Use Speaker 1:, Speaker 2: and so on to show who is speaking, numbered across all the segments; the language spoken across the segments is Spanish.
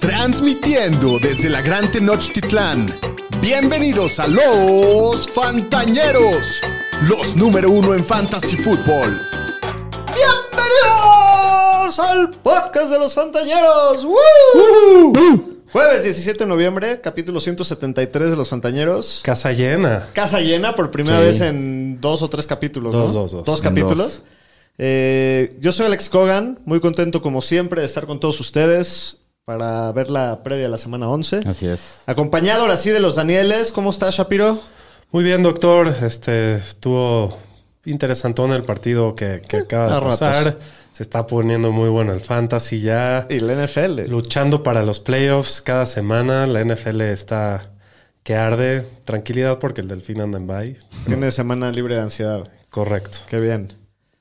Speaker 1: Transmitiendo desde la Gran Tenochtitlán. Bienvenidos a los Fantañeros, los número uno en Fantasy Football.
Speaker 2: Bienvenidos al podcast de los Fantañeros. ¡Woo!
Speaker 3: Uh-huh.
Speaker 2: Jueves 17 de noviembre, capítulo 173 de los Fantañeros.
Speaker 3: Casa llena.
Speaker 2: Casa llena por primera
Speaker 3: Sí.
Speaker 2: vez en dos o tres capítulos.
Speaker 3: Dos,
Speaker 2: ¿no?
Speaker 3: dos, dos.
Speaker 2: capítulos.
Speaker 3: Dos.
Speaker 2: Eh, yo soy Alex Cogan, muy contento como siempre de estar con todos ustedes para ver la previa de la semana 11.
Speaker 4: Así es.
Speaker 2: Acompañado ahora sí de los Danieles. ¿Cómo estás, Shapiro?
Speaker 3: Muy bien, doctor. Este estuvo interesantón el partido que,
Speaker 4: Eh,
Speaker 3: que acaba
Speaker 2: a
Speaker 3: de
Speaker 2: ratos.
Speaker 3: pasar. Se está poniendo muy bueno el fantasy ya.
Speaker 2: Y la NFL.
Speaker 3: Luchando para los playoffs cada semana. La NFL está que arde. Tranquilidad porque el delfín anda en bye.
Speaker 2: Tiene semana libre de ansiedad.
Speaker 3: Correcto.
Speaker 2: Qué bien.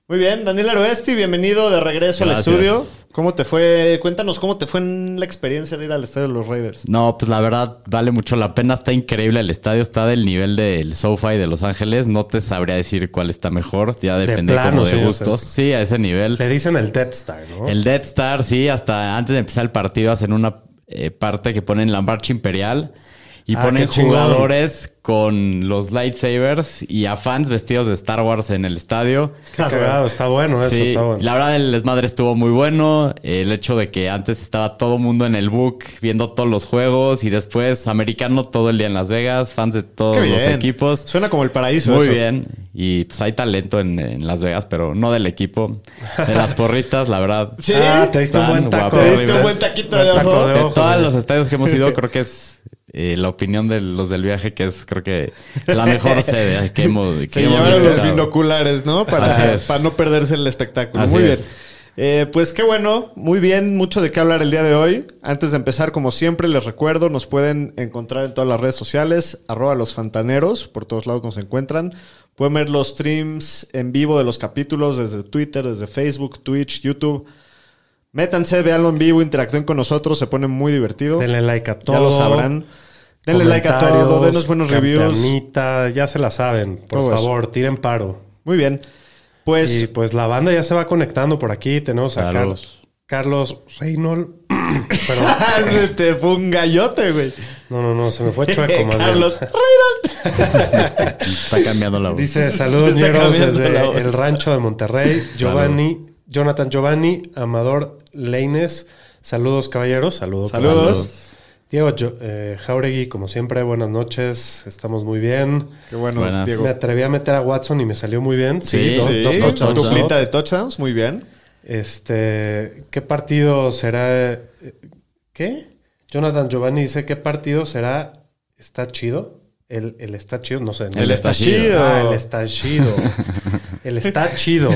Speaker 2: Muy bien, Daniel Aroesti, bienvenido de regreso
Speaker 4: Gracias.
Speaker 2: al estudio. ¿Cómo te fue? Cuéntanos cómo te fue en la experiencia de ir al estadio de los Raiders.
Speaker 4: No, pues la verdad vale mucho la pena. Está increíble el estadio. Está del nivel del SoFi de Los Ángeles. No te sabría decir cuál está mejor. Ya depende
Speaker 3: plano,
Speaker 4: como de
Speaker 3: sí, o sea,
Speaker 4: gustos. Sí, a ese nivel.
Speaker 3: Le dicen el Death Star, ¿no?
Speaker 4: El Dead Star, sí, hasta antes de empezar el partido hacen una eh, parte que ponen la marcha imperial y
Speaker 3: Ah,
Speaker 4: ponen
Speaker 3: qué chingón.
Speaker 4: jugadores con los lightsabers y a fans vestidos de Star Wars en el estadio.
Speaker 3: Qué cagado. Está bueno eso.
Speaker 4: Sí,
Speaker 3: está bueno.
Speaker 4: la verdad el desmadre estuvo muy bueno. El hecho de que antes estaba todo mundo en el book viendo todos los juegos y después americano todo el día en Las Vegas, fans de todos
Speaker 2: Qué
Speaker 4: los
Speaker 2: bien.
Speaker 4: equipos.
Speaker 2: Suena como el paraíso.
Speaker 4: Muy
Speaker 2: eso.
Speaker 4: bien. Y pues hay talento en, en Las Vegas, pero no del equipo. De las porristas, la verdad.
Speaker 2: Sí.
Speaker 3: Ah, te diste un
Speaker 4: Tan
Speaker 3: buen taco.
Speaker 4: guapo, Te diste un
Speaker 3: horrible.
Speaker 2: buen taquito de
Speaker 3: Taco
Speaker 2: ojo.
Speaker 3: de
Speaker 4: De
Speaker 3: ojos,
Speaker 4: todos
Speaker 3: güey.
Speaker 4: los estadios que hemos ido, creo que es eh, la opinión de los del viaje, que es creo que la mejor sede que hemos, que
Speaker 2: Se
Speaker 4: hemos
Speaker 2: llevaron los
Speaker 4: visitado.
Speaker 2: binoculares, ¿no?
Speaker 4: Así
Speaker 2: Para,
Speaker 4: es.
Speaker 2: para no perderse el espectáculo.
Speaker 4: Así
Speaker 2: muy bien.
Speaker 4: es.
Speaker 2: Eh, pues qué bueno, muy bien, mucho de qué hablar el día de hoy. Antes de empezar, como siempre, les recuerdo, nos pueden encontrar en todas las redes sociales, arroba los fantaneros, por todos lados nos encuentran. Pueden ver los streams en vivo de los capítulos desde Twitter, desde Facebook, Twitch, YouTube. Métanse, véanlo en vivo, interactúen con nosotros, se pone muy divertido.
Speaker 3: Denle like a todo.
Speaker 2: ya lo sabrán. Denle like a todo,
Speaker 3: Comentarios,
Speaker 2: denos buenos reviews.
Speaker 3: campanita, ya se la saben. Por
Speaker 2: Todo eso.
Speaker 3: favor, tiren paro.
Speaker 2: Muy bien. Pues
Speaker 3: y pues la banda ya se va conectando por aquí. Tenemos a
Speaker 4: Carlos.
Speaker 3: Carlos. Carlos Reynolds. Perdón.
Speaker 2: Ah, se te fue un gallote, güey.
Speaker 3: No, no, no, se me fue chueco más bien.
Speaker 2: Carlos.
Speaker 4: Está cambiando la voz.
Speaker 3: Dice saludos
Speaker 2: Está
Speaker 3: ñeros
Speaker 2: cambiando la voz.
Speaker 3: desde el rancho de Monterrey. Giovanni, Jonathan Giovanni, Amador Leines. Saludos caballeros, saludos.
Speaker 2: Saludos.
Speaker 3: Diego Jo- eh, Jauregui, como siempre, buenas noches. Estamos muy bien.
Speaker 2: Qué bueno,
Speaker 4: Buenas.
Speaker 2: Diego.
Speaker 3: Me atreví a meter a Watson y me salió muy bien.
Speaker 4: Sí,
Speaker 3: do-
Speaker 2: Sí,
Speaker 3: dos touchdowns,
Speaker 2: tu
Speaker 3: ¿no?
Speaker 2: plita de touchdowns, muy bien.
Speaker 3: Este, ¿qué partido será? eh, ¿Qué? Jonathan Giovanni dice, ¿qué partido será? ¿Está chido? El, el está chido, no sé. no
Speaker 4: El
Speaker 3: sé.
Speaker 4: está chido.
Speaker 3: Ah, el está chido. el está chido.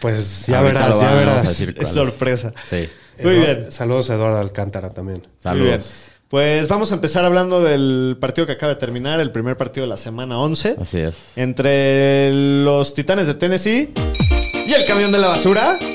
Speaker 3: Pues ya
Speaker 4: Ahorita
Speaker 3: verás,
Speaker 4: lo
Speaker 3: ya
Speaker 4: vamos a
Speaker 3: verás.
Speaker 4: decir
Speaker 2: Es
Speaker 4: cuáles.
Speaker 2: sorpresa.
Speaker 4: Sí.
Speaker 2: Muy
Speaker 3: Eduard-
Speaker 2: bien.
Speaker 3: Saludos a Eduardo Alcántara también.
Speaker 2: Muy bien.
Speaker 4: Saludos.
Speaker 2: Pues vamos a empezar hablando del partido que acaba de terminar, el primer partido de la semana 11.
Speaker 4: Así es.
Speaker 2: Entre los Titanes de Tennessee y el camión de la basura.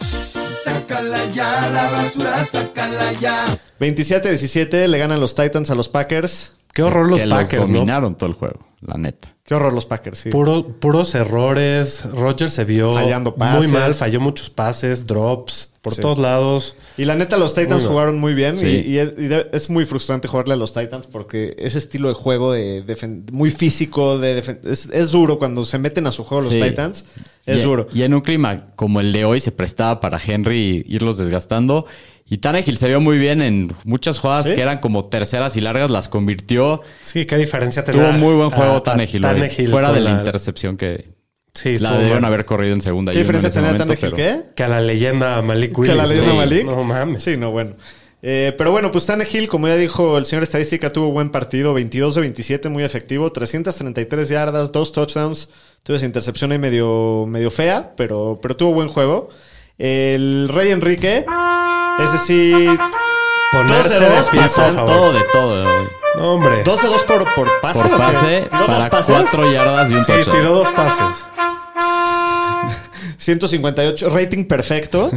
Speaker 5: Sácala ya, la basura, sácala ya.
Speaker 2: 27-17 le ganan los Titans a los Packers.
Speaker 3: Qué horror los
Speaker 4: que
Speaker 3: Packers,
Speaker 4: los
Speaker 3: ¿no?
Speaker 4: dominaron todo el juego, la neta.
Speaker 2: Qué horror los Packers, sí.
Speaker 3: Puro- puros errores. Roger se vio
Speaker 2: Fallando
Speaker 3: muy
Speaker 2: pases.
Speaker 3: mal, falló muchos pases, drops, por
Speaker 2: Sí.
Speaker 3: todos lados.
Speaker 2: Y la neta, los Titans
Speaker 3: Muy mal.
Speaker 2: jugaron muy bien.
Speaker 4: Sí.
Speaker 2: Y, y es, y de- es muy frustrante jugarle a los Titans porque ese estilo de juego de defen- muy físico, de defen- es, es duro. Cuando se meten a su juego los
Speaker 4: Sí.
Speaker 2: Titans, es
Speaker 4: y,
Speaker 2: duro.
Speaker 4: Y en un clima como el de hoy se prestaba para Henry irlos desgastando. Y Tannehill se vio muy bien en muchas jugadas
Speaker 2: Sí.
Speaker 4: que eran como terceras y largas, las convirtió.
Speaker 3: Sí, qué diferencia tenía.
Speaker 4: Tuvo muy buen juego
Speaker 3: Ah,
Speaker 4: Tannehill. hoy.
Speaker 3: Tannehill
Speaker 4: Fuera
Speaker 3: con
Speaker 4: de la,
Speaker 3: la-
Speaker 4: intercepción que
Speaker 3: Sí,
Speaker 4: la
Speaker 3: estuvo
Speaker 4: debieron
Speaker 3: bueno.
Speaker 4: haber corrido en segunda.
Speaker 2: ¿Qué
Speaker 4: y uno en
Speaker 2: diferencia
Speaker 4: ese
Speaker 2: tenía
Speaker 4: momento,
Speaker 2: Tannehill
Speaker 4: pero-
Speaker 2: qué?
Speaker 3: Que a la leyenda Malik Willis.
Speaker 2: que la leyenda
Speaker 3: ¿no?
Speaker 2: Malik.
Speaker 3: No mames.
Speaker 2: Sí, no, bueno. Eh, pero bueno, pues Tannehill, como ya dijo el señor Estadística, tuvo buen partido, 22 de 27, muy efectivo, 333 yardas, dos touchdowns, tuvo esa intercepción ahí medio, medio fea, pero, pero tuvo buen juego. El Rey Enrique, ese sí,
Speaker 3: Ponerse
Speaker 2: 12-2
Speaker 3: de pie, por
Speaker 2: pasan
Speaker 3: favor.
Speaker 4: Todo de todo. eh.
Speaker 3: No, hombre.
Speaker 2: 12-2 por, por pase.
Speaker 4: Por
Speaker 2: ¿o qué?
Speaker 4: pase,
Speaker 2: ¿Tiró dos
Speaker 4: para
Speaker 2: pases?
Speaker 4: cuatro yardas y un
Speaker 3: Sí,
Speaker 4: touchdown.
Speaker 3: tiró dos pases.
Speaker 2: 158, rating perfecto.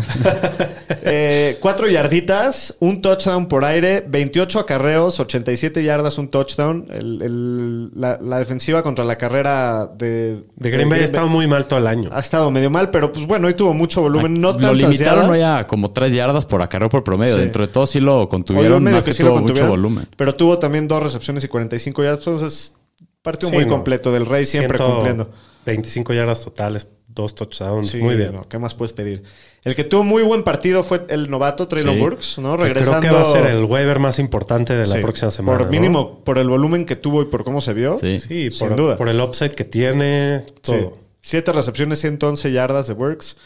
Speaker 2: Eh, cuatro yarditas, un touchdown por aire, 28 acarreos, 87 yardas, un touchdown. El- el- la, la defensiva contra la carrera de,
Speaker 3: De Green Bay ha estado muy mal todo el año.
Speaker 2: ha estado medio mal, pero pues bueno, hoy tuvo mucho volumen. No
Speaker 4: lo
Speaker 2: tantas
Speaker 4: limitaron
Speaker 2: yardas.
Speaker 4: hoy a como tres yardas por acarreo por promedio.
Speaker 2: Sí.
Speaker 4: Dentro de todo sí lo
Speaker 2: Hoy
Speaker 4: contuvieron,
Speaker 2: medio
Speaker 4: más que
Speaker 2: sí lo
Speaker 4: tuvo mucho
Speaker 2: contuvieron,
Speaker 4: volumen.
Speaker 2: Pero tuvo también dos recepciones y 45 yardas. Entonces, partido
Speaker 3: Sí,
Speaker 2: muy
Speaker 3: no.
Speaker 2: completo del Rey, siempre
Speaker 3: 100
Speaker 2: cumpliendo.
Speaker 3: 25 yardas totales, dos touchdowns.
Speaker 2: Sí,
Speaker 3: muy bien.
Speaker 2: no, ¿Qué más puedes pedir? El que tuvo muy buen partido fue el novato Traylon
Speaker 4: Sí.
Speaker 2: Burks, ¿no?
Speaker 3: Que
Speaker 2: Regresando.
Speaker 3: Creo que va a ser el waiver más importante de la
Speaker 2: Sí,
Speaker 3: próxima semana.
Speaker 2: Por
Speaker 3: ¿no?
Speaker 2: mínimo, por el volumen que tuvo y por cómo se vio.
Speaker 4: Sí.
Speaker 3: Sí,
Speaker 2: Sin
Speaker 3: por,
Speaker 2: duda.
Speaker 3: por el upside que tiene,
Speaker 2: Sí.
Speaker 3: todo.
Speaker 2: Siete recepciones, 111 yardas de Burks.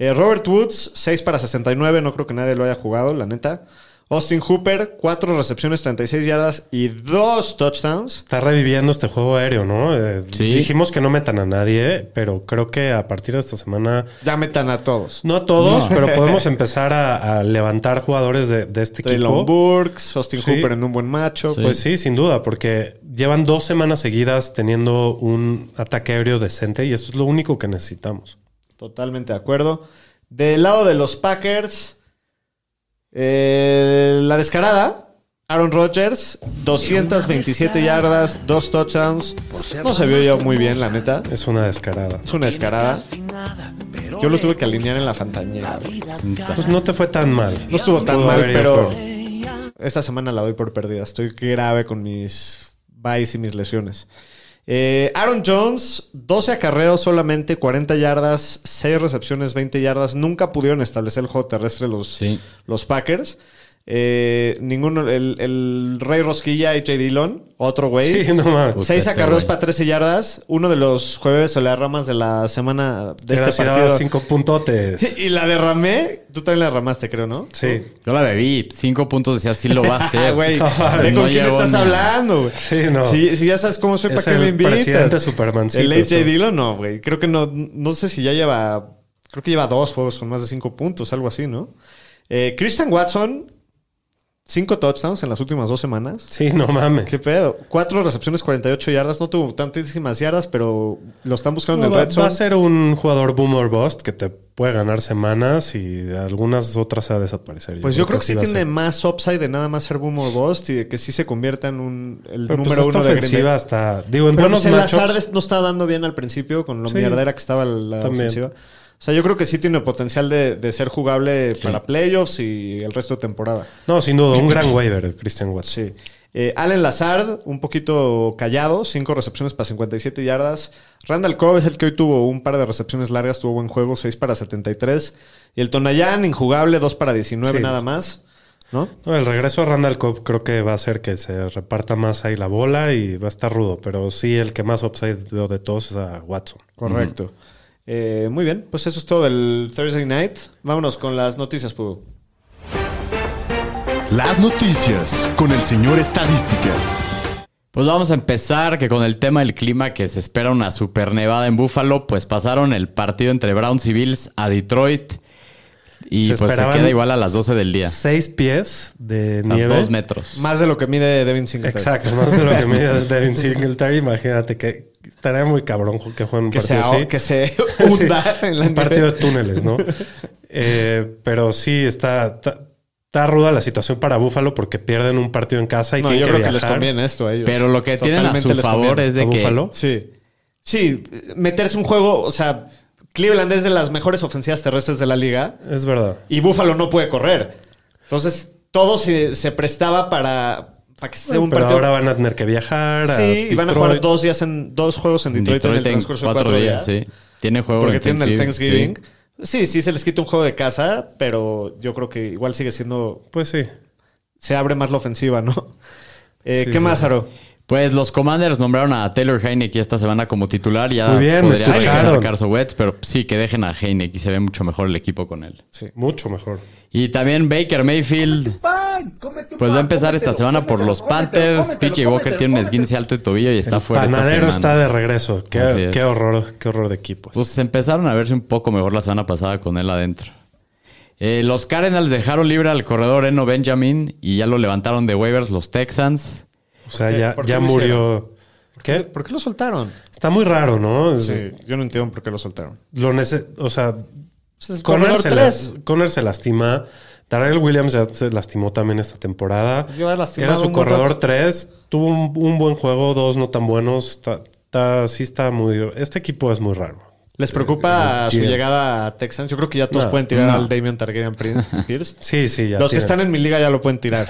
Speaker 2: Eh, Robert Woods, 6 para 69. No creo que nadie lo haya jugado, la neta. Austin Hooper, 4 recepciones, 36 yardas y 2 touchdowns.
Speaker 3: Está reviviendo este juego aéreo, ¿no? Eh,
Speaker 4: Sí.
Speaker 3: Dijimos que no metan a nadie, pero creo que a partir de esta semana,
Speaker 2: Ya metan a todos.
Speaker 3: no a todos, pero podemos empezar a, a levantar jugadores de, de este
Speaker 2: Traylon
Speaker 3: equipo.
Speaker 2: Burks, Austin
Speaker 3: Sí.
Speaker 2: Hooper en un buen macho.
Speaker 4: Sí.
Speaker 3: Pues sí, sin duda, porque llevan dos semanas seguidas teniendo un ataque aéreo decente y eso es lo único que necesitamos.
Speaker 2: Totalmente de acuerdo. Del lado de los Packers, eh, la descarada, Aaron Rodgers, 227 yardas, dos touchdowns. No se vio ya muy bien, la neta.
Speaker 3: Es una descarada.
Speaker 2: Es una descarada. Yo lo tuve que alinear en la fantañera. güey.
Speaker 3: Pues no te fue tan mal.
Speaker 2: No estuvo tan
Speaker 3: Pudo
Speaker 2: mal,
Speaker 3: haber ido
Speaker 2: pero
Speaker 3: peor.
Speaker 2: esta semana la doy por perdida. Estoy grave con mis buys y mis lesiones. Eh, Aaron Jones, 12 acarreos solamente, 40 yardas, 6 recepciones, 20 yardas. Nunca pudieron establecer el juego terrestre los,
Speaker 4: Sí.
Speaker 2: los Packers. Eh, ninguno, el, el Rey Rosquilla y J. Dillon, otro güey.
Speaker 3: Sí, no mames.
Speaker 4: Puta,
Speaker 2: Seis
Speaker 4: este
Speaker 2: acarreos
Speaker 4: güey.
Speaker 2: para 13 yardas. Uno de los jueves o las ramas de la semana de este
Speaker 3: Era así, daba
Speaker 2: partido.
Speaker 3: cinco puntotes.
Speaker 2: Y la derramé. Tú también la derramaste, creo, ¿no?
Speaker 3: Sí.
Speaker 4: Yo la bebí, cinco puntos, decía, sí lo va a
Speaker 2: Ah,
Speaker 4: hacer.
Speaker 2: güey.
Speaker 4: No
Speaker 2: ¿de ¿Con quién
Speaker 4: llegó
Speaker 2: estás
Speaker 4: ni a-
Speaker 2: hablando, güey?
Speaker 3: Sí, no.
Speaker 2: Si, si ya sabes cómo soy, ¿para
Speaker 3: Es
Speaker 2: qué me
Speaker 3: el
Speaker 2: invitas?
Speaker 3: presidente supermancito,
Speaker 2: El AJ
Speaker 3: eso.
Speaker 2: Dillon, no, güey. Creo que no, no sé si ya lleva... Creo que lleva dos juegos con más de cinco puntos, algo así, ¿no? Eh, Christian Watson, cinco touchdowns en las últimas dos semanas.
Speaker 3: Sí, no mames.
Speaker 2: ¿Qué pedo? Cuatro recepciones, 48 yardas. No tuvo tantísimas yardas, pero lo están buscando
Speaker 3: No,
Speaker 2: en
Speaker 3: va,
Speaker 2: el red zone.
Speaker 3: va a ser un jugador boomer bust que te puede ganar semanas y algunas otras se va a desaparecer.
Speaker 2: Pues yo creo que,
Speaker 3: sí va a
Speaker 2: sí tiene
Speaker 3: ser.
Speaker 2: más upside de nada más ser boom or bust y de que sí se convierta en un, el
Speaker 3: Pero pues
Speaker 2: número
Speaker 3: esta
Speaker 2: uno de Green
Speaker 3: ofensiva
Speaker 2: Bay.
Speaker 3: está... Digo, en
Speaker 2: Pero
Speaker 3: buenos
Speaker 2: pues el azar
Speaker 3: matchups...
Speaker 2: no estaba dando bien al principio con lo
Speaker 3: Sí,
Speaker 2: mierdera que estaba la
Speaker 3: también.
Speaker 2: ofensiva. O sea, yo creo que sí tiene potencial de, de ser jugable para playoffs y el resto de temporada.
Speaker 3: No, sin duda. Un gran waiver, Christian Watson.
Speaker 2: Sí. Eh, Allen Lazard, un poquito callado, cinco recepciones para 57 yardas. Randall Cobb es el que hoy tuvo un par de recepciones largas, tuvo buen juego, 6 para 73. Y el Tonayán, injugable, 2 para 19
Speaker 3: Sí.
Speaker 2: nada más. ¿No?
Speaker 3: No, el regreso a Randall Cobb creo que va a hacer que se reparta más ahí la bola y va a estar rudo, pero sí el que más upside veo de todos es a Watson.
Speaker 2: Correcto. Eh, muy bien, pues eso es todo del Thursday Night. Vámonos con las noticias, Pugo.
Speaker 1: Las noticias con el señor Estadística.
Speaker 4: Pues vamos a empezar que con el tema del clima que se espera una super nevada en Buffalo, pues pasaron el partido entre Browns y Bills a Detroit y
Speaker 3: Se
Speaker 4: pues se
Speaker 3: esperaban
Speaker 4: queda igual a las 12 del día.
Speaker 3: Seis pies de
Speaker 4: A
Speaker 3: nieve.
Speaker 4: dos metros.
Speaker 2: Más de lo que mide Devin Singletary.
Speaker 3: Exacto, más de lo que mide Devin Singletary. Imagínate que estaría muy cabrón que juegue un
Speaker 2: Que se,
Speaker 3: partido
Speaker 2: ahog-
Speaker 3: así.
Speaker 2: que se
Speaker 3: Sí,
Speaker 2: hunda en la
Speaker 3: un partido de
Speaker 2: nieve.
Speaker 3: túneles, ¿no? Eh, pero sí, está, está, está ruda la situación para Búfalo porque pierden un partido en casa y
Speaker 2: No,
Speaker 3: tienen
Speaker 2: yo
Speaker 3: que
Speaker 2: creo que
Speaker 3: viajar.
Speaker 2: les conviene esto a ellos.
Speaker 4: Pero lo que tienen a
Speaker 2: Totalmente
Speaker 4: su
Speaker 2: les
Speaker 4: favor
Speaker 2: conviene.
Speaker 4: es de
Speaker 3: ¿A
Speaker 4: que
Speaker 3: Buffalo?
Speaker 2: Sí. Sí, meterse un juego, o sea, Cleveland es de las mejores ofensivas terrestres de la liga
Speaker 3: Es verdad.
Speaker 2: y Buffalo no puede correr. Entonces, todo se, se prestaba para, para que sea un
Speaker 3: pero
Speaker 2: partido.
Speaker 3: ahora van a tener que viajar.
Speaker 2: sí, y van a
Speaker 3: Detroit.
Speaker 2: jugar dos días en dos juegos en
Speaker 4: en
Speaker 2: Detroit,
Speaker 4: Detroit
Speaker 2: en el
Speaker 4: en
Speaker 2: transcurso
Speaker 4: cuatro,
Speaker 2: de cuatro días.
Speaker 4: días, sí. Tiene juego
Speaker 2: Porque tienen el
Speaker 4: Thanksgiving,
Speaker 2: Thanksgiving.
Speaker 4: sí.
Speaker 2: Sí. sí, se les quita un juego de casa, pero yo creo que igual sigue siendo.
Speaker 3: Pues sí.
Speaker 2: Se abre más la ofensiva, ¿no? Eh,
Speaker 3: Sí,
Speaker 2: ¿Qué
Speaker 3: sí,
Speaker 2: más,
Speaker 3: sí.
Speaker 2: Aro?
Speaker 4: Pues los Commanders nombraron a Taylor Heineke esta semana como titular. Ya
Speaker 3: Muy bien,
Speaker 4: podría
Speaker 3: escucharon.
Speaker 4: regresar Carson Wentz, pero sí, que dejen a Heineke. Se ve mucho mejor el equipo con él.
Speaker 3: Mucho mejor.
Speaker 4: Y también Baker Mayfield. Pues va a empezar esta semana por los Panthers. PJ Walker tiene un esguince alto de tobillo y está fuera esta
Speaker 3: Panadero
Speaker 4: semana.
Speaker 3: está de regreso.
Speaker 4: Así
Speaker 3: Qué,
Speaker 4: es.
Speaker 3: qué horror, qué horror de equipo.
Speaker 4: Pues empezaron a verse un poco mejor la semana pasada con él adentro. Eh, los Cardinals dejaron libre al corredor Eno Benjamin y ya lo levantaron de waivers los Texans.
Speaker 3: o
Speaker 2: eh, ¿Por
Speaker 3: sea,
Speaker 2: qué-
Speaker 3: ya,
Speaker 2: por qué
Speaker 3: ya
Speaker 2: lo
Speaker 3: murió. ¿Qué?
Speaker 2: ¿Por qué lo soltaron?
Speaker 3: Está muy raro, ¿no? Es-
Speaker 2: Sí, yo no entiendo por qué lo soltaron.
Speaker 3: Lo nece- o sea,
Speaker 2: Pues es el
Speaker 3: Conner
Speaker 2: corredor
Speaker 3: se,
Speaker 2: tres.
Speaker 3: la- Conner se lastima. Darrell Williams ya se lastimó también esta temporada.
Speaker 2: Lleva lastimado
Speaker 3: Era su
Speaker 2: un buen
Speaker 3: corredor
Speaker 2: rato.
Speaker 3: 3. Tuvo un, un buen juego, dos no tan buenos. Está- está- sí está muy... Este equipo es muy raro.
Speaker 2: ¿Les preocupa
Speaker 3: Eh,
Speaker 2: su
Speaker 3: yeah.
Speaker 2: llegada a Texans? Yo creo que ya todos
Speaker 3: No,
Speaker 2: pueden tirar
Speaker 4: no.
Speaker 2: al Damian Targaryen Prin- Pierce.
Speaker 3: Sí, sí, ya.
Speaker 2: Los que
Speaker 3: tienen.
Speaker 2: están en mi liga ya lo pueden tirar.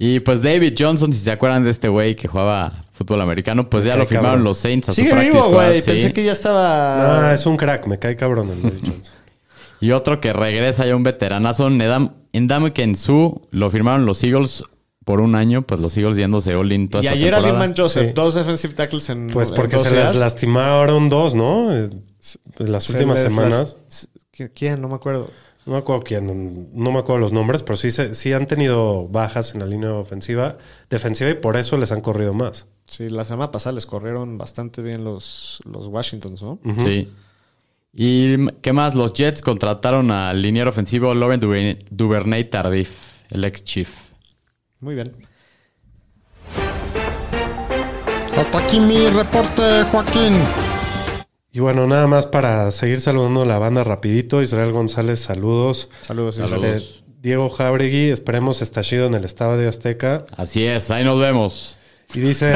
Speaker 4: Y pues David Johnson, si se acuerdan de este güey que jugaba fútbol americano, pues ya
Speaker 3: Qué
Speaker 4: lo firmaron
Speaker 3: cabrón.
Speaker 4: los Saints a su
Speaker 2: Sigue
Speaker 4: practice
Speaker 2: vivo,
Speaker 4: squad,
Speaker 2: güey.
Speaker 4: sí.
Speaker 2: Pensé que ya
Speaker 3: Ah,
Speaker 2: estaba.
Speaker 3: es un crack. Me cae cabrón el David Johnson.
Speaker 4: Y otro que regresa ya un veteranazo, Nedam, Endam Kensu, lo firmaron los Eagles por un año, pues los Eagles yéndose all-in toda
Speaker 2: y
Speaker 4: esta
Speaker 2: ayer a
Speaker 4: temporada.
Speaker 2: Liman Joseph,
Speaker 3: Sí.
Speaker 2: dos defensive tackles en.
Speaker 3: Pues
Speaker 2: en
Speaker 3: porque
Speaker 2: dos
Speaker 3: se les
Speaker 2: días.
Speaker 3: lastimaron dos, ¿no? Eh, En las
Speaker 2: Se
Speaker 3: últimas
Speaker 2: les
Speaker 3: semanas.
Speaker 2: las- ¿Qui- ¿Quién? No me acuerdo.
Speaker 3: No me acuerdo quién, no me acuerdo los nombres, pero sí, se- sí han tenido bajas en la línea ofensiva, defensiva y por eso les han corrido más.
Speaker 2: Sí, la semana pasada les corrieron bastante bien los, los Washingtons, ¿no?
Speaker 3: Ujú.
Speaker 4: Sí. ¿Y mm, qué más? Los Jets contrataron al liniero ofensivo Lauren Duvernay, Duvernay Tardif, el ex chief.
Speaker 2: Muy bien.
Speaker 1: Hasta aquí mi reporte, Joaquín.
Speaker 3: Y bueno, nada más para seguir saludando a la banda rapidito. Israel González, saludos.
Speaker 2: Saludos.
Speaker 4: Saludos.
Speaker 2: Israel.
Speaker 3: Este, Diego Jauregui, esperemos estallido en el Estadio Azteca.
Speaker 4: Así es, ahí nos vemos.
Speaker 3: Y dice,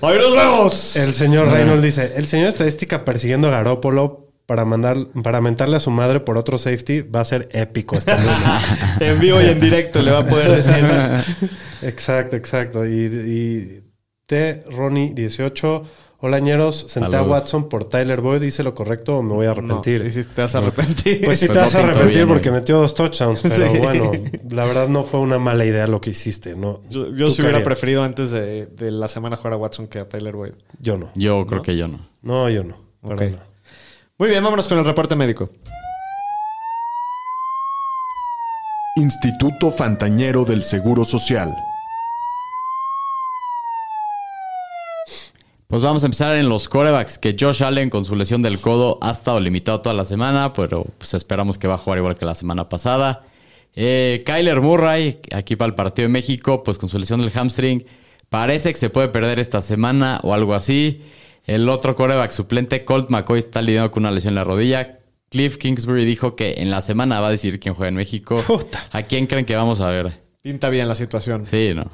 Speaker 2: ¡Hoy nos vemos!
Speaker 3: el señor Reynolds dice, el señor estadística persiguiendo a Garópolo para, mandar, para mentarle a su madre por otro safety va a ser épico esta noche.
Speaker 2: En vivo y en directo le va a poder decir.
Speaker 3: Exacto, exacto. Y, y T. Ronnie 18. Holañeros, senté a
Speaker 4: Saludos.
Speaker 3: Watson por Tyler Boyd. ¿Hice lo correcto o me voy a arrepentir?
Speaker 2: No, y si te vas a arrepentir.
Speaker 3: Pues sí, te
Speaker 4: Pues no
Speaker 3: vas a
Speaker 4: pintó
Speaker 3: arrepentir
Speaker 4: bien,
Speaker 3: porque
Speaker 4: güey.
Speaker 3: metió dos touchdowns. Pero
Speaker 2: Sí.
Speaker 3: bueno, la verdad no fue una mala idea lo que hiciste. No,
Speaker 2: yo
Speaker 3: Tú
Speaker 2: yo sí hubiera
Speaker 3: querías.
Speaker 2: preferido antes de, de la semana jugar a Watson que a Tyler Boyd.
Speaker 3: Yo no.
Speaker 4: Yo creo que yo no.
Speaker 3: No, yo no. para
Speaker 2: Ok.
Speaker 3: nada.
Speaker 2: Muy bien, vámonos con el reporte médico.
Speaker 1: Instituto Fantañero del Seguro Social.
Speaker 4: Pues vamos a empezar en los corebacks, que Josh Allen con su lesión del codo ha estado limitado toda la semana, pero pues esperamos que va a jugar igual que la semana pasada. Eh, Kyler Murray, aquí para el partido de México, pues con su lesión del hamstring, parece que se puede perder esta semana o algo así. El otro coreback suplente, Colt McCoy, está lidiando con una lesión en la rodilla. Cliff Kingsbury dijo que en la semana va a decidir quién juega en México.
Speaker 3: Puta.
Speaker 4: ¿A quién creen que vamos a ver?
Speaker 2: Pinta bien la situación.
Speaker 4: Sí, no.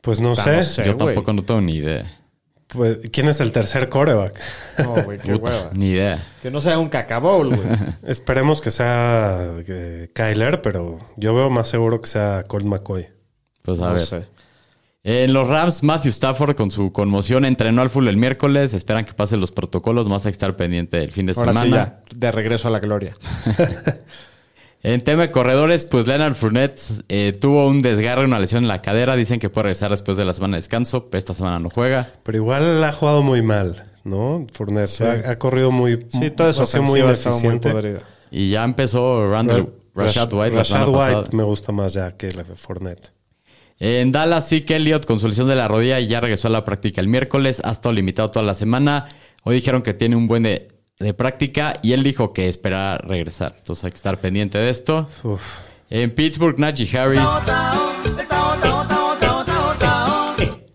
Speaker 3: Pues no sé.
Speaker 2: Ah, sé.
Speaker 4: Yo
Speaker 2: güey.
Speaker 4: tampoco no tengo ni idea.
Speaker 3: Pues, ¿Quién es el tercer coreback?
Speaker 2: No, güey, qué
Speaker 4: Puta,
Speaker 2: hueva.
Speaker 4: ni idea.
Speaker 2: Que no sea un cacabowl, güey.
Speaker 3: Esperemos que sea eh, Kyler, pero yo veo más seguro que sea Colt McCoy.
Speaker 4: Pues a
Speaker 2: No
Speaker 4: ver.
Speaker 2: sé.
Speaker 4: En los Rams, Matthew Stafford con su conmoción entrenó al full el miércoles. Esperan que pasen los protocolos. Más hay que estar pendiente del fin de
Speaker 2: Ahora sí,
Speaker 4: semana.
Speaker 2: ya. De regreso a la gloria.
Speaker 3: Mm,
Speaker 4: en tema de corredores, pues Leonard Fournette eh, tuvo un desgarre, una lesión en la cadera. Dicen que puede regresar después de la semana de descanso. pero Esta semana no juega.
Speaker 3: Pero igual ha jugado muy mal, ¿no? Fournette ha, ha corrido muy.
Speaker 2: Sí, todo eso
Speaker 3: ha sido
Speaker 2: ofensiva estaba muy
Speaker 3: ineficiente.
Speaker 2: podrida.
Speaker 4: Y ya empezó Randall, Rashad White. la
Speaker 3: Rashad
Speaker 4: semana
Speaker 3: White
Speaker 4: pasada.
Speaker 3: me gusta más ya que la de Fournette.
Speaker 4: En Dallas, sí que Elliott con su lesión de la rodilla ya regresó a la práctica el miércoles. Ha estado limitado toda la semana. Hoy dijeron que tiene un buen de, de práctica y él dijo que espera regresar. Entonces hay que estar pendiente de esto.
Speaker 3: Uf.
Speaker 4: En Pittsburgh, Najee Harris.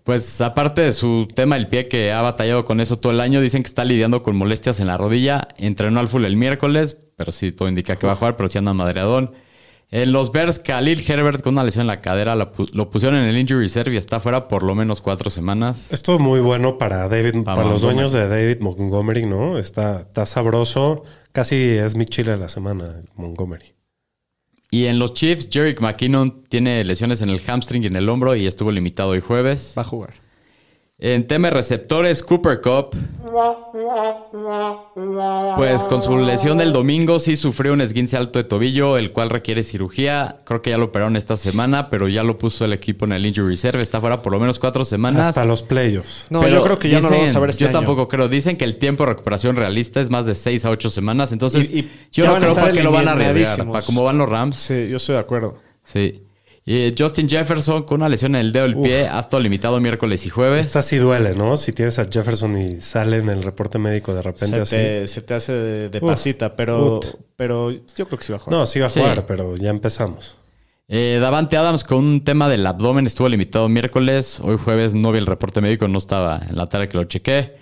Speaker 4: Pues aparte de su tema del pie que ha batallado con eso todo el año, dicen que está lidiando con molestias en la rodilla. Entrenó al full el miércoles, pero sí todo indica que va a jugar, pero sí anda madreadón. En los Bears, Khalil Herbert con una lesión en la cadera la pu- lo pusieron en el injury reserve y está fuera por lo menos cuatro semanas.
Speaker 3: Esto es muy bueno para David, para, los
Speaker 4: Montgomery.
Speaker 3: dueños de David Montgomery, ¿no? Está, está sabroso. Casi es mi chile de la semana, Montgomery.
Speaker 4: Y en los Chiefs, Jerick McKinnon tiene lesiones en el hamstring y en el hombro y estuvo limitado hoy jueves.
Speaker 2: Va a jugar.
Speaker 4: En tema de receptores, Cooper Cup. Pues con su lesión del domingo sí sufrió un esguince alto de tobillo, el cual requiere cirugía. Creo que ya lo operaron esta semana, pero ya lo puso el equipo en el injury reserve. Está fuera por lo menos cuatro semanas.
Speaker 3: Hasta los playoffs.
Speaker 2: No,
Speaker 4: Pero
Speaker 2: yo creo que ya no lo vamos
Speaker 4: dicen-
Speaker 2: a ver este
Speaker 4: Yo
Speaker 2: año.
Speaker 4: tampoco creo. Dicen que el tiempo de recuperación realista es más de seis a ocho semanas. Entonces,
Speaker 2: Y- y ya
Speaker 4: yo no
Speaker 2: van a
Speaker 4: creo
Speaker 2: estar
Speaker 4: para qué lo van a arriesgar.
Speaker 2: eliminadísimos.
Speaker 4: Para cómo van los Rams.
Speaker 2: Sí, yo estoy de acuerdo.
Speaker 4: Sí. Y Justin Jefferson con una lesión en el dedo del pie ha estado limitado miércoles y jueves.
Speaker 3: Esta sí duele, ¿no? Si tienes a Jefferson y sale en el reporte médico de
Speaker 2: Se
Speaker 3: repente así.
Speaker 2: te, se te hace de, de
Speaker 3: Uf,
Speaker 2: pasita, pero,
Speaker 3: puta.
Speaker 2: pero yo creo que sí va a jugar.
Speaker 3: No, sí va a
Speaker 4: Sí.
Speaker 3: jugar, pero ya empezamos.
Speaker 4: Eh, Davante Adams con un tema del abdomen estuvo limitado miércoles. Hoy jueves no vi el reporte médico, no estaba en la tarde que lo chequé.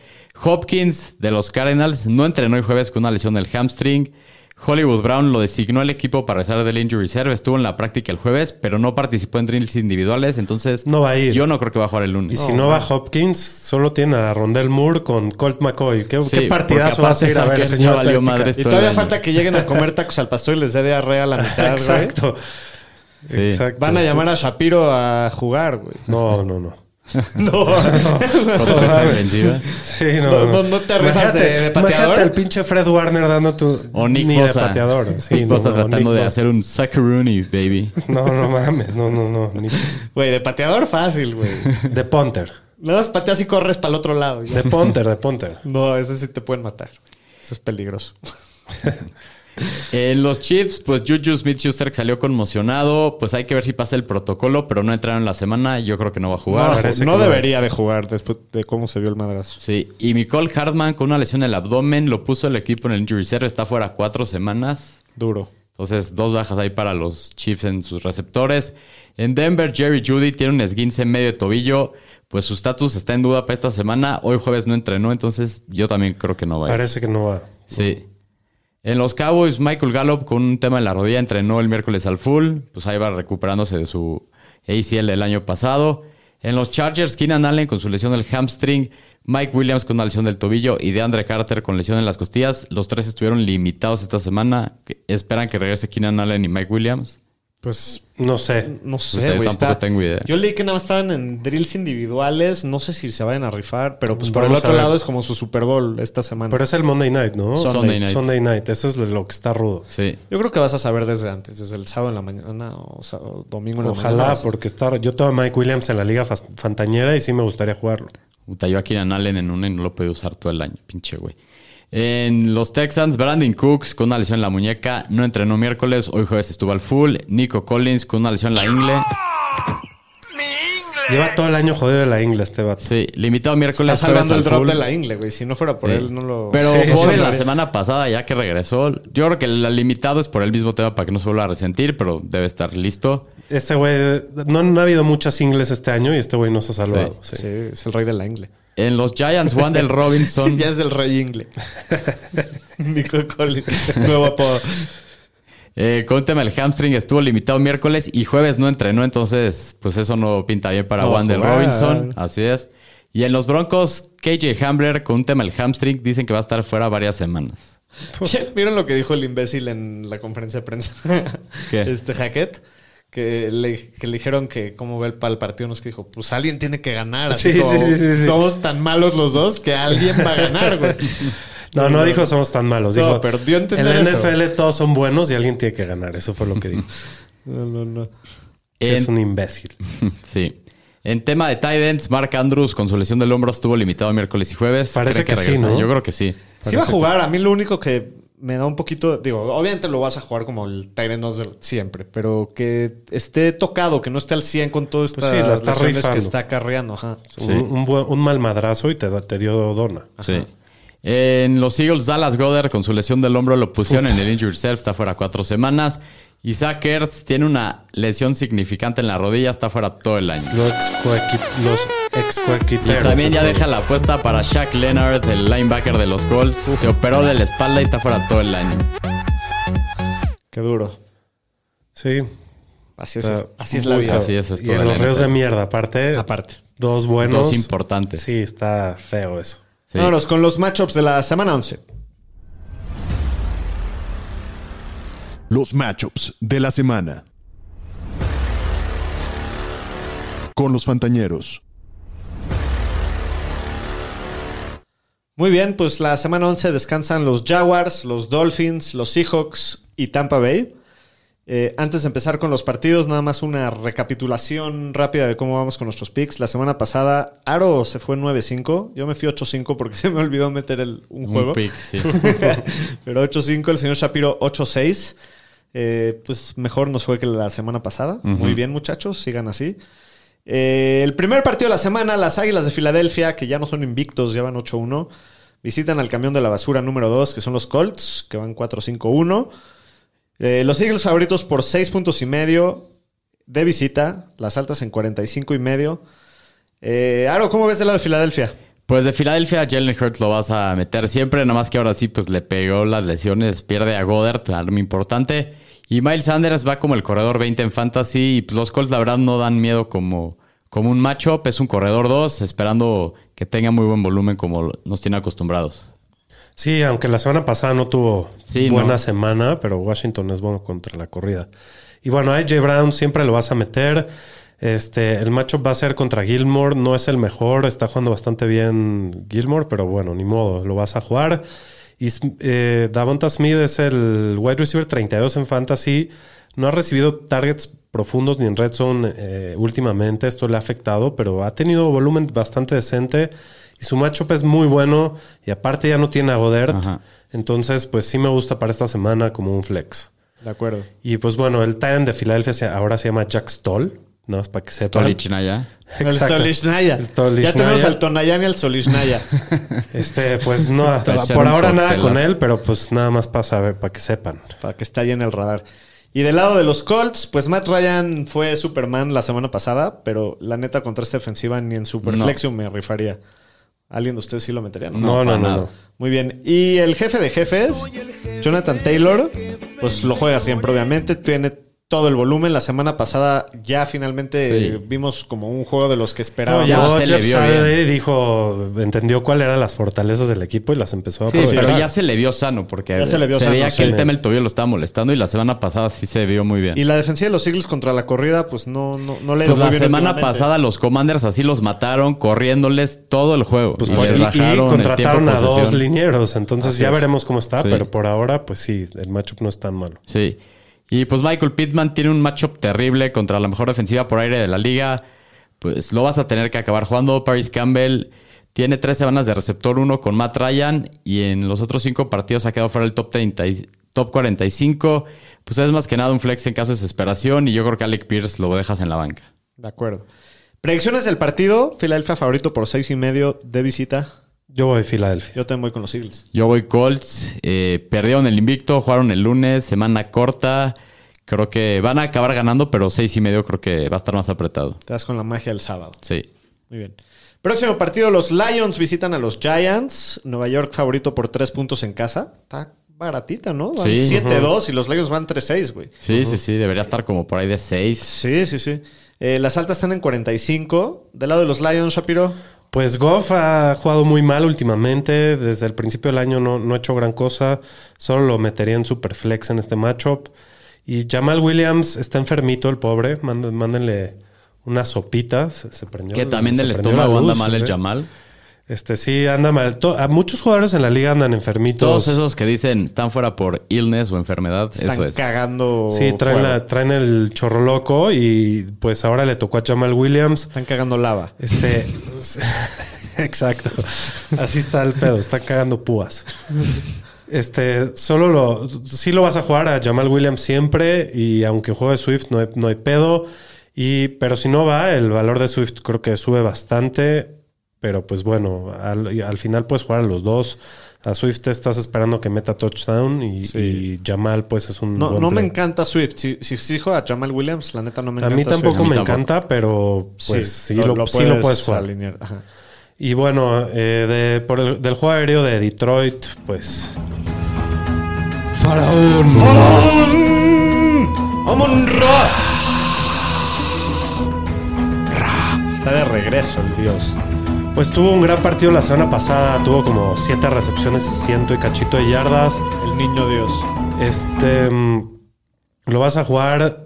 Speaker 4: Hopkins de los Cardinals no entrenó hoy jueves con una lesión del hamstring. Hollywood Brown lo designó el equipo para regresar del injury reserve. Estuvo en la práctica el jueves, pero no participó en drills individuales. Entonces,
Speaker 3: No va a ir.
Speaker 4: yo no creo que va a jugar el
Speaker 3: Y
Speaker 4: lunes. Oh.
Speaker 3: si no va Hopkins, solo tiene a Rondell Moore con Colt McCoy. ¿Qué,
Speaker 4: Sí,
Speaker 3: qué partidazo
Speaker 4: porque
Speaker 3: va a ser a
Speaker 4: aparte
Speaker 3: ver,
Speaker 4: Sarkisian
Speaker 3: señor
Speaker 4: ya valió
Speaker 3: estadística?
Speaker 4: madres.
Speaker 2: Y todavía
Speaker 4: Estoy-
Speaker 2: falta que lleguen a comer tacos al pastor y les dé diarrea a la mitad, güey.
Speaker 3: Exacto.
Speaker 4: Sí.
Speaker 3: Exacto.
Speaker 2: Van a llamar a Shapiro a jugar, güey.
Speaker 3: No, no, no.
Speaker 2: No,
Speaker 4: Contra esa defensiva.
Speaker 3: Sí,
Speaker 2: No,
Speaker 3: no, no,
Speaker 2: no, no te rifas
Speaker 3: Imagínate-
Speaker 2: de- de pateador.
Speaker 3: Imagínate al pinche Fred Warner dando tu...
Speaker 4: O Nick
Speaker 3: ni
Speaker 4: Bosa.
Speaker 3: de pateador. Sí,
Speaker 4: Nick
Speaker 3: no,
Speaker 4: Bosa
Speaker 3: no,
Speaker 4: tratando
Speaker 3: Nick
Speaker 4: de
Speaker 3: Bosa.
Speaker 4: hacer un Sakaruni, baby.
Speaker 3: No, no mames. No, no, no. ni-
Speaker 2: güey, de pateador fácil, güey.
Speaker 3: De punter.
Speaker 2: Nada más pateas y corres para el otro lado. ya.
Speaker 3: De punter, de punter.
Speaker 2: No, ese sí te pueden matar. Eso es peligroso.
Speaker 4: En los Chiefs, pues Juju Smith Schuster salió conmocionado. Pues hay que ver si pasa el protocolo, pero no entraron la semana. Yo creo que no va a
Speaker 2: No,
Speaker 4: jugar.
Speaker 3: parece
Speaker 2: no
Speaker 3: que no.
Speaker 2: debería de jugar después de cómo se vio el madrazo.
Speaker 4: Sí, y Nicole Hartman con una lesión en el abdomen lo puso el equipo en el injury reserve. Está fuera cuatro semanas.
Speaker 2: Duro.
Speaker 4: Entonces, dos bajas ahí para los Chiefs en sus receptores. En Denver, Jerry Judy tiene un esguince en medio de tobillo. Pues su estatus está en duda para esta semana. Hoy jueves no entrenó, entonces yo también creo que no va a ir.
Speaker 3: Parece que no va.
Speaker 4: Sí. En los Cowboys, Michael Gallup con un tema en la rodilla entrenó el miércoles al full. Pues ahí va recuperándose de su ACL del año pasado. En los Chargers, Keenan Allen con su lesión del hamstring, Mike Williams con una lesión del tobillo y DeAndre Carter con lesión en las costillas. Los tres estuvieron limitados esta semana. Que- Esperan que regrese Keenan Allen y Mike Williams.
Speaker 2: Pues
Speaker 3: No sé.
Speaker 2: no sé,
Speaker 4: Yo
Speaker 2: güey.
Speaker 4: tampoco
Speaker 2: está-
Speaker 4: tengo idea.
Speaker 2: Yo leí que nada más estaban en drills individuales. No sé si se vayan a rifar, pero pues por el
Speaker 3: Vamos
Speaker 2: otro
Speaker 3: a ver.
Speaker 2: lado es como su Super Bowl esta semana.
Speaker 3: Pero es el Monday Night, ¿no?
Speaker 4: Sunday night.
Speaker 3: Sunday Night. Eso es lo que está rudo.
Speaker 4: Sí.
Speaker 2: Yo creo que vas a saber desde antes, desde el sábado en la mañana o, sa- o domingo en la mañana.
Speaker 3: Ojalá, porque está... Yo tengo a Mike Williams en la liga fas- fantañera y sí me gustaría jugarlo.
Speaker 4: Puta, yo a Keenan Allen en una y no lo pude usar todo el año, pinche güey. En los Texans, Brandon Cooks con una lesión en la muñeca, no entrenó miércoles, hoy jueves estuvo al full. Nico Collins con una lesión en la ingle.
Speaker 3: Lleva todo el año jodido de la ingla este vato.
Speaker 4: Sí, limitado miércoles.
Speaker 2: Está salvando el
Speaker 4: jueves al
Speaker 2: drop
Speaker 4: full.
Speaker 2: de la ingle, güey. Si no fuera por
Speaker 4: Sí.
Speaker 2: él, no lo.
Speaker 4: Pero
Speaker 3: Sí,
Speaker 4: Boden
Speaker 3: sí,
Speaker 4: la
Speaker 3: sí.
Speaker 4: semana pasada, ya que regresó, yo creo que el limitado es por el mismo tema para que no se vuelva a resentir, pero debe estar listo.
Speaker 3: Este güey... No, no ha habido muchas ingles este año y este güey no se ha salvado.
Speaker 2: Sí,
Speaker 3: sí.
Speaker 2: es el rey de la ingle.
Speaker 4: En los Giants, Wandel Robinson.
Speaker 2: ya es el rey ingle. Nico Collins. Nuevo apodo.
Speaker 4: Eh, con tema el hamstring estuvo limitado miércoles y jueves no entrenó, entonces pues eso no pinta bien para
Speaker 2: No va a
Speaker 4: Wander
Speaker 2: jugar.
Speaker 4: Robinson, así es. Y en los Broncos, KJ Hambler con un tema el hamstring dicen que va a estar fuera varias semanas.
Speaker 2: ¿Vieron lo que dijo el imbécil en la conferencia de prensa?
Speaker 4: ¿Qué?
Speaker 2: Este Hackett. Que le, que le dijeron que cómo ve el, pa- el partido, nos que dijo, pues alguien tiene que ganar. Así
Speaker 3: Sí,
Speaker 2: como,
Speaker 3: sí, sí, sí, sí.
Speaker 2: Somos tan malos los dos que alguien va a ganar, güey.
Speaker 3: No, no dijo somos tan malos.
Speaker 2: No,
Speaker 3: Dijo,
Speaker 2: pero dio a entender
Speaker 3: En la
Speaker 2: eso.
Speaker 3: NFL todos son buenos y alguien tiene que ganar. Eso fue lo que dijo.
Speaker 2: No, no, no.
Speaker 3: Sí,
Speaker 4: En-
Speaker 3: es un imbécil.
Speaker 4: Sí. En tema de tight ends, Mark Andrews con su lesión del hombro estuvo limitado miércoles y jueves.
Speaker 3: Parece
Speaker 4: ¿Cree
Speaker 3: que sí,
Speaker 4: regresa?
Speaker 3: ¿no?
Speaker 4: Yo creo que sí.
Speaker 2: Sí va a jugar. A mí lo único que me da un poquito... Digo, obviamente lo vas a jugar como el Tyrant 2 de siempre. Pero que esté tocado, que no esté al 100 con todo estas
Speaker 3: Pues sí, la está
Speaker 2: lesiones que
Speaker 3: rifando.
Speaker 2: está carreando. Ajá.
Speaker 3: Un, un buen- un mal madrazo y te, da- te dio dona.
Speaker 4: Sí. En los Eagles, Dallas Goddard con su lesión del hombro lo pusieron en el injury reserve, está fuera cuatro semanas. Isaac Ertz tiene una lesión significante en la rodilla, está fuera todo el año.
Speaker 3: Los ex-coequi- los ex
Speaker 4: Y también ya deja la apuesta para Shaq Leonard, el linebacker de los Colts. Se operó de la espalda y está fuera todo el año.
Speaker 2: Qué duro.
Speaker 3: Sí.
Speaker 2: Así Pues es,
Speaker 3: está
Speaker 2: así es la
Speaker 3: muy
Speaker 2: vida.
Speaker 3: feo.
Speaker 4: Así es esto
Speaker 3: Y
Speaker 4: de
Speaker 3: en
Speaker 4: la
Speaker 3: los reos
Speaker 4: NFL.
Speaker 3: de mierda, aparte.
Speaker 2: Aparte.
Speaker 3: Dos buenos.
Speaker 4: Dos importantes.
Speaker 3: Sí, está feo eso.
Speaker 4: Sí.
Speaker 2: Vámonos con los matchups de la semana 11.
Speaker 1: Los matchups de la semana. Con los Fantañeros.
Speaker 2: Muy bien, pues la semana 11 descansan los Jaguars, los Dolphins, los Seahawks y Tampa Bay. Eh, antes de empezar con los partidos, nada más una recapitulación rápida de cómo vamos con nuestros picks. La semana pasada, Aro se fue 9-5. Yo me fui 8-5 porque se me olvidó meter el, un juego.
Speaker 4: Un pick, sí.
Speaker 2: Pero 8-5, el señor Shapiro 8-6. Eh, pues mejor nos fue que la semana pasada. Muy bien, muchachos, sigan así. Eh, el primer partido de la semana, las Águilas de Filadelfia, que ya no son invictos, ya van 8-1, visitan al camión de la basura número 2, que son los Colts, que van 4-5-1. Eh, los Eagles favoritos por 6 puntos y medio. de visita, las altas en 45 y medio. Eh, Aro, ¿cómo ves del lado de Filadelfia?
Speaker 4: Pues de Filadelfia, Jalen Hurts lo vas a meter siempre, nada más que ahora sí, pues le pegó las lesiones, pierde a Goddard, algo importante. Y Miles Sanders va como el corredor 20 en fantasy. Y pues, los Colts, la verdad, no dan miedo como, como un matchup. Es un corredor 2, esperando que tenga muy buen volumen como nos tiene acostumbrados.
Speaker 3: Sí, aunque la semana pasada no tuvo
Speaker 4: Sí,
Speaker 3: buena
Speaker 4: no.
Speaker 3: semana, pero Washington es bueno contra la corrida. Y bueno, a AJ Brown siempre lo vas a meter. Este, el matchup va a ser contra Gilmore, no es el mejor, está jugando bastante bien Gilmore, pero bueno, ni modo, lo vas a jugar. Y eh, Davonta Smith es el wide receiver 32 en fantasy. No ha recibido targets profundos ni en red zone eh, últimamente. Esto le ha afectado, pero ha tenido volumen bastante decente. Y su matchup es muy bueno. Y aparte ya no tiene a Godert.
Speaker 4: Ajá.
Speaker 3: Entonces, pues sí me gusta para esta semana como un flex.
Speaker 2: De acuerdo.
Speaker 3: Y pues bueno, el Titan de Filadelfia se- ahora se llama Jack Stoll. Nada más para que sepan.
Speaker 4: Stolichnaya.
Speaker 3: Exacto.
Speaker 2: El Stolichnaya.
Speaker 3: El Stolichnaya.
Speaker 2: Ya tenemos al Tonayán y al Solishnaya.
Speaker 3: Este, pues no,
Speaker 4: Te va a echar
Speaker 3: por
Speaker 4: un
Speaker 3: ahora nada
Speaker 4: coctelazo.
Speaker 3: con él, pero pues nada más para saber, para que sepan.
Speaker 2: para que esté ahí en el radar. Y del lado de los Colts, pues Matt Ryan fue Superman la semana pasada, pero la neta contra esta defensiva ni en Superflex yo me rifaría. ¿Alguien de ustedes sí lo metería? ¿no?
Speaker 3: No, no,
Speaker 4: para
Speaker 3: no,
Speaker 4: nada.
Speaker 3: no.
Speaker 2: Muy bien. Y el jefe de jefes, Jonathan Taylor, pues lo juega siempre, obviamente. Tiene todo el volumen. La semana pasada ya finalmente
Speaker 4: Sí.
Speaker 2: eh, vimos como un juego de los que
Speaker 3: No,
Speaker 2: esperábamos.
Speaker 4: ya
Speaker 3: llegó
Speaker 4: se le
Speaker 3: Jeff
Speaker 4: vio
Speaker 3: Saturday y dijo, entendió cuál eran las fortalezas del equipo y las empezó a
Speaker 4: Sí,
Speaker 3: aprovechar.
Speaker 4: pero ya se le vio sano porque
Speaker 2: Ya se le vio
Speaker 4: se
Speaker 2: sano,
Speaker 4: veía
Speaker 2: sí.
Speaker 4: que el tema del tobillo lo estaba molestando y la semana pasada sí se vio muy bien.
Speaker 2: Y la defensa de los Eagles contra la corrida, pues no, no, no le ha ido
Speaker 4: Pues
Speaker 2: muy
Speaker 4: la
Speaker 2: bien
Speaker 4: semana
Speaker 2: últimamente.
Speaker 4: pasada los Commanders así los mataron corriéndoles todo el juego.
Speaker 3: Pues,
Speaker 4: Y
Speaker 3: por-
Speaker 4: les
Speaker 3: y, y
Speaker 4: bajaron el
Speaker 3: contrataron
Speaker 4: tiempo
Speaker 3: a
Speaker 4: de
Speaker 3: dos
Speaker 4: posesión.
Speaker 3: linieros, entonces
Speaker 4: Así
Speaker 3: ya
Speaker 4: es.
Speaker 3: veremos cómo está,
Speaker 4: Sí.
Speaker 3: pero por ahora, pues sí, el matchup no es tan malo.
Speaker 4: Sí. Y pues Michael Pittman tiene un matchup terrible contra la mejor defensiva por aire de la liga. Pues lo vas a tener que acabar jugando. Paris Campbell tiene tres semanas de receptor 1 con Matt Ryan y en los otros cinco partidos ha quedado fuera del top 30 y- top 45. Pues es más que nada un flex en caso de desesperación y yo creo que Alec Pierce lo dejas en la banca.
Speaker 2: De acuerdo. Predicciones del partido. Filadelfia favorito por seis y medio de visita.
Speaker 3: Yo voy a Filadelfia.
Speaker 2: Yo también voy con los Eagles.
Speaker 4: Yo voy Colts. eh, perdieron el invicto, jugaron el lunes, semana corta. Creo que van a acabar ganando, pero seis y medio creo que va a estar más apretado.
Speaker 2: Te das con la magia del sábado.
Speaker 4: Sí.
Speaker 2: Muy bien. Próximo partido, los Lions visitan a los Giants. Nueva York favorito por tres puntos en casa. Está baratita, ¿no? Van
Speaker 4: Sí.
Speaker 2: 7-2 y los Lions van 3-6, güey.
Speaker 4: Sí, sí, sí. Debería estar como por ahí de seis.
Speaker 2: Sí, sí, sí. Eh, las altas están en 45. Del lado de los Lions, Shapiro.
Speaker 3: Pues Goff ha jugado muy mal últimamente, desde el principio del año no, no ha hecho gran cosa, solo lo metería en Superflex en este matchup. Y Jamal Williams está enfermito, el pobre, Manden- mándenle una sopita, se, se prendió.
Speaker 4: Que también
Speaker 3: se
Speaker 4: del
Speaker 3: prendió
Speaker 4: estómago
Speaker 3: la
Speaker 4: anda
Speaker 3: luz,
Speaker 4: mal el
Speaker 3: ¿eh?
Speaker 4: Jamal.
Speaker 3: Este sí, anda mal. To- a muchos jugadores en la liga andan enfermitos.
Speaker 4: Todos esos que dicen están fuera por illness o enfermedad,
Speaker 2: Están
Speaker 4: eso es.
Speaker 2: cagando.
Speaker 3: Sí,
Speaker 2: fuego.
Speaker 3: traen, la- traen el chorro loco y pues ahora le tocó a Jamal Williams.
Speaker 2: Están cagando lava.
Speaker 3: Este. Exacto. Así está el pedo. Está cagando púas. Este, solo lo. Sí lo vas a jugar a Jamal Williams siempre. Y aunque juegue Swift, no hay, no hay pedo. Y, pero si no va, el valor de Swift creo que sube bastante. Pero pues bueno, al, y al final puedes jugar a los dos. A Swift te estás esperando que meta touchdown. Y, y Jamal, pues es un.
Speaker 2: No,
Speaker 3: buen
Speaker 2: no me
Speaker 3: play.
Speaker 2: encanta Swift. Si, si exijo a Jamal Williams, la neta no me
Speaker 3: A
Speaker 2: encanta.
Speaker 3: mí tampoco
Speaker 2: Swift.
Speaker 3: me
Speaker 4: A mí tampoco.
Speaker 3: encanta, pero pues sí, lo, sí lo puedes jugar.
Speaker 2: alinear. Ajá.
Speaker 3: Y bueno, eh, de- por el- del juego aéreo de Detroit, pues. Faraón.
Speaker 2: Está de regreso el dios.
Speaker 3: Pues tuvo un gran partido la semana pasada, tuvo como siete recepciones y ciento y cachito de yardas.
Speaker 2: El niño dios.
Speaker 3: Este. mm, Lo vas a jugar.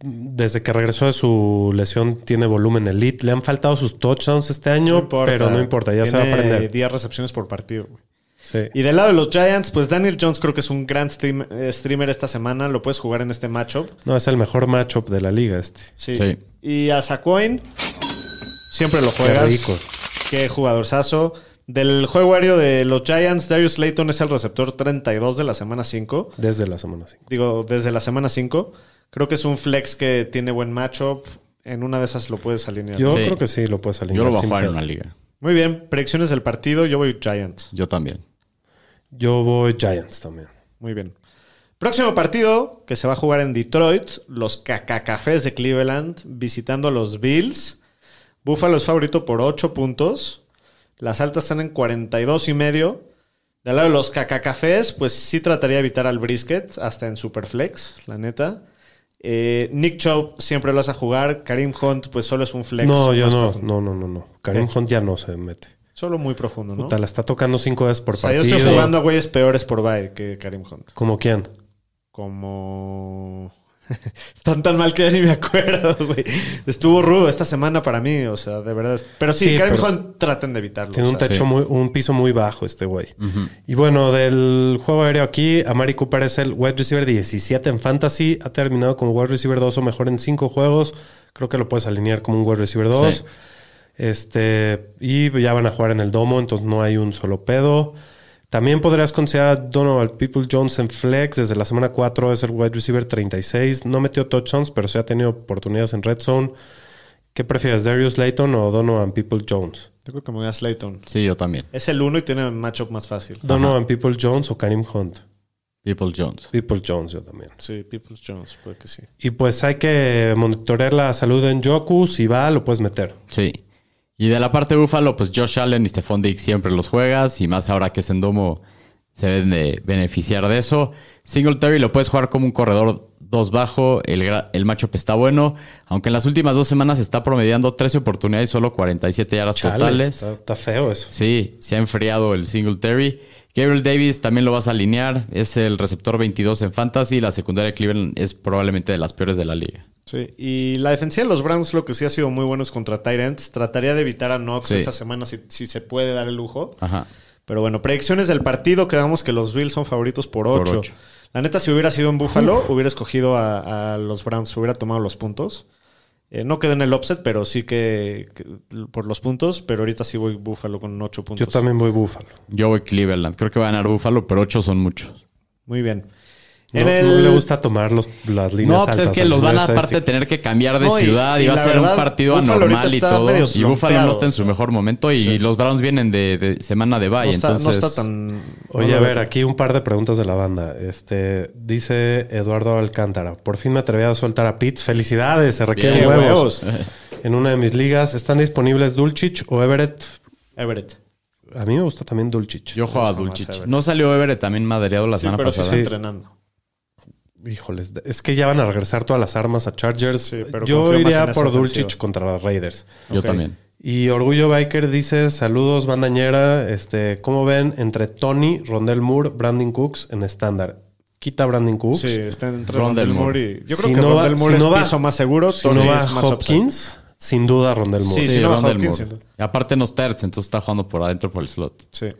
Speaker 3: Desde que regresó de su lesión, tiene volumen elite. Le han faltado sus touchdowns este año,
Speaker 2: importa.
Speaker 3: pero no importa, ya se va a
Speaker 2: Tiene
Speaker 3: aprender.
Speaker 2: 10 recepciones por partido. güey.
Speaker 3: Sí.
Speaker 2: Y del lado de los Giants, pues Daniel Jones creo que es un gran stream- eh, streamer esta semana. Lo puedes jugar en este matchup.
Speaker 3: No, es el mejor matchup de la liga este.
Speaker 2: Sí.
Speaker 4: Sí.
Speaker 2: Y a Sacoin, siempre lo
Speaker 3: Qué
Speaker 2: juegas.
Speaker 3: rico.
Speaker 2: Qué jugadorzazo. Del juego aéreo de los Giants, Darius Layton es el receptor 32 de la semana 5.
Speaker 3: Desde la semana 5.
Speaker 2: Digo, desde la semana 5. Creo que es un flex que tiene buen matchup. En una de esas lo puedes alinear.
Speaker 3: Yo
Speaker 4: Sí.
Speaker 3: creo que sí, lo puedes alinear.
Speaker 4: Yo lo voy a
Speaker 3: sin
Speaker 4: jugar en
Speaker 3: pedo.
Speaker 4: una liga.
Speaker 2: Muy bien, predicciones del partido. Yo voy Giants.
Speaker 4: Yo también.
Speaker 3: Yo voy Giants también.
Speaker 2: Muy bien. Próximo partido que se va a jugar en Detroit, los Cacacafés de Cleveland visitando a los Bills. Buffalo es favorito por 8 puntos. Las altas están en 42 y medio. Del lado de los Cacacafés, pues sí trataría de evitar al brisket, hasta en Superflex, la neta. Eh, Nick Chubb siempre lo hace jugar. Karim Hunt, pues solo es un flex.
Speaker 3: No, yo
Speaker 2: más
Speaker 3: no,
Speaker 2: profundo.
Speaker 3: no, no, no, no. Karim
Speaker 2: ¿Qué?
Speaker 3: Hunt ya no se mete.
Speaker 2: Solo muy profundo, ¿no?
Speaker 3: Puta, la está tocando cinco veces por
Speaker 2: o sea, yo
Speaker 3: partido.
Speaker 2: estoy jugando a güeyes peores por bye que Karim Hunt.
Speaker 3: ¿Como quién?
Speaker 2: Como. Tan tan mal que ya ni me acuerdo, güey. Estuvo rudo esta semana para mí, o sea, de verdad. Pero sí,
Speaker 3: Sí,
Speaker 2: Karim
Speaker 3: pero-
Speaker 2: Hunt traten de evitarlo.
Speaker 3: Tiene
Speaker 2: o
Speaker 3: un
Speaker 2: sea.
Speaker 3: techo
Speaker 4: sí.
Speaker 3: muy, un piso muy bajo este güey.
Speaker 4: Ujú.
Speaker 3: Y bueno, del juego aéreo aquí, Amari Cooper es el wide receiver 17 en fantasy. Ha terminado como wide receiver 2 o mejor en 5 juegos. Creo que lo puedes alinear como un wide receiver 2.
Speaker 4: Sí.
Speaker 3: Este, y ya van a jugar en el domo, entonces no hay un solo pedo. También podrías considerar a Donovan People Jones en flex. Desde la semana 4 es el wide receiver 36. No metió touchdowns, pero sí ha tenido oportunidades en red zone. ¿Qué prefieres, Darius Layton o Donovan People Jones?
Speaker 2: Yo creo que me voy a Slayton.
Speaker 4: Sí, yo también.
Speaker 2: Es el uno y tiene un matchup más fácil.
Speaker 3: Donovan People Jones o Karim Hunt.
Speaker 4: People Jones.
Speaker 3: People Jones, yo también.
Speaker 2: Sí, People's Jones, puede que sí.
Speaker 3: Y pues hay que monitorear la salud en Joku. Si va, lo puedes meter.
Speaker 4: Sí. Y de la parte de Búfalo, pues Josh Allen y Stephon Diggs siempre los juegas. Y más ahora que es en domo, se deben de beneficiar de eso. Singletary lo puedes jugar como un corredor dos bajo. El, gra- el matchup está bueno. Aunque en las últimas dos semanas está promediando 13 oportunidades y solo 47 yardas
Speaker 3: Chale,
Speaker 4: totales.
Speaker 3: Está, está feo eso.
Speaker 4: Sí, se ha enfriado el Singletary. Gabriel Davis también lo vas a alinear. Es el receptor 22 en Fantasy. La secundaria de Cleveland es probablemente de las peores de la liga.
Speaker 2: Sí, y la defensiva de los Browns lo que sí ha sido muy bueno es contra Tyrants. Trataría de evitar a Knox
Speaker 4: Sí.
Speaker 2: esta semana si, si se puede dar el lujo.
Speaker 4: Ajá.
Speaker 2: Pero bueno, predicciones del partido, quedamos que los Bills son favoritos por
Speaker 4: Por
Speaker 2: 8.
Speaker 4: ocho.
Speaker 2: La neta, si hubiera sido en Buffalo, hubiera escogido a, a los Browns, hubiera tomado los puntos. Eh, no quedó en el offset, pero sí que, que por los puntos, pero ahorita sí voy Buffalo con 8 puntos.
Speaker 3: Yo también voy Búfalo.
Speaker 4: Yo voy Cleveland. Creo que va a ganar Buffalo, pero 8 son muchos.
Speaker 2: Muy bien.
Speaker 3: No,
Speaker 2: En
Speaker 3: no
Speaker 2: el-
Speaker 3: le gusta tomar los, las líneas
Speaker 4: No, pues es
Speaker 3: altas
Speaker 4: que
Speaker 3: al
Speaker 4: los van a
Speaker 3: señor
Speaker 4: aparte
Speaker 3: estadístico.
Speaker 4: tener que cambiar de
Speaker 2: No, y-
Speaker 4: ciudad y,
Speaker 2: y
Speaker 4: va a
Speaker 2: la
Speaker 4: ser
Speaker 2: verdad,
Speaker 4: un partido
Speaker 2: Buffalo
Speaker 4: anormal
Speaker 2: ahorita
Speaker 4: y
Speaker 2: está
Speaker 4: todo.
Speaker 2: medio
Speaker 4: Y Buffalo no
Speaker 2: slumpeado.
Speaker 4: está en su mejor momento y los Browns vienen de, de semana de bye.
Speaker 2: no, está, no
Speaker 4: entonces,
Speaker 2: está tan.
Speaker 3: Oye,
Speaker 2: no
Speaker 3: a
Speaker 2: lo
Speaker 3: ver,
Speaker 2: veo.
Speaker 3: aquí un par de preguntas de la banda. Este, dice Eduardo Alcántara. Por fin me atreví a soltar a Pitts. Felicidades, se requieren
Speaker 2: ¡Qué
Speaker 3: huevos.
Speaker 2: huevos!
Speaker 3: En una de mis ligas, ¿están disponibles Dulcich o Everett?
Speaker 2: Everett.
Speaker 3: A mí me gusta también Dulcich.
Speaker 4: Yo juego a
Speaker 2: gusta más
Speaker 4: Dulcich.
Speaker 2: Everett.
Speaker 4: No salió Everett también madreado la
Speaker 2: Sí,
Speaker 4: semana
Speaker 2: pero sí está
Speaker 4: pasada.
Speaker 3: Sí.
Speaker 2: entrenando.
Speaker 3: Híjoles, es que ya van a regresar todas las armas a Chargers.
Speaker 2: Sí, pero
Speaker 3: Yo
Speaker 2: confío más
Speaker 3: iría
Speaker 2: en esa
Speaker 3: por
Speaker 2: ofensiva.
Speaker 3: Dulcich contra las Raiders.
Speaker 4: Yo
Speaker 2: Ok.
Speaker 4: también.
Speaker 3: Y Orgullo Biker dice: Saludos, bandañera. Este, ¿cómo ven entre Tony, Rondell Moore, Brandon Cooks en estándar? Quita Brandon Cooks.
Speaker 2: Sí, está entre
Speaker 4: Rondell
Speaker 2: Rondell
Speaker 4: Moore.
Speaker 2: Moore y. Yo creo
Speaker 3: Si
Speaker 2: que
Speaker 3: no va-
Speaker 2: Rondell Moore
Speaker 3: si no
Speaker 2: es
Speaker 3: va-
Speaker 2: piso más seguro.
Speaker 3: Si
Speaker 2: Tony
Speaker 3: no va
Speaker 2: es más upside.
Speaker 3: Hopkins, sin duda Rondell Moore.
Speaker 2: Sí,
Speaker 4: Sí,
Speaker 2: sí, no,
Speaker 4: Rondell
Speaker 2: Hopkins,
Speaker 4: Moore.
Speaker 2: sí.
Speaker 4: Y aparte no está Ertz, entonces está jugando por adentro por el slot.
Speaker 2: Sí.
Speaker 3: Vamos,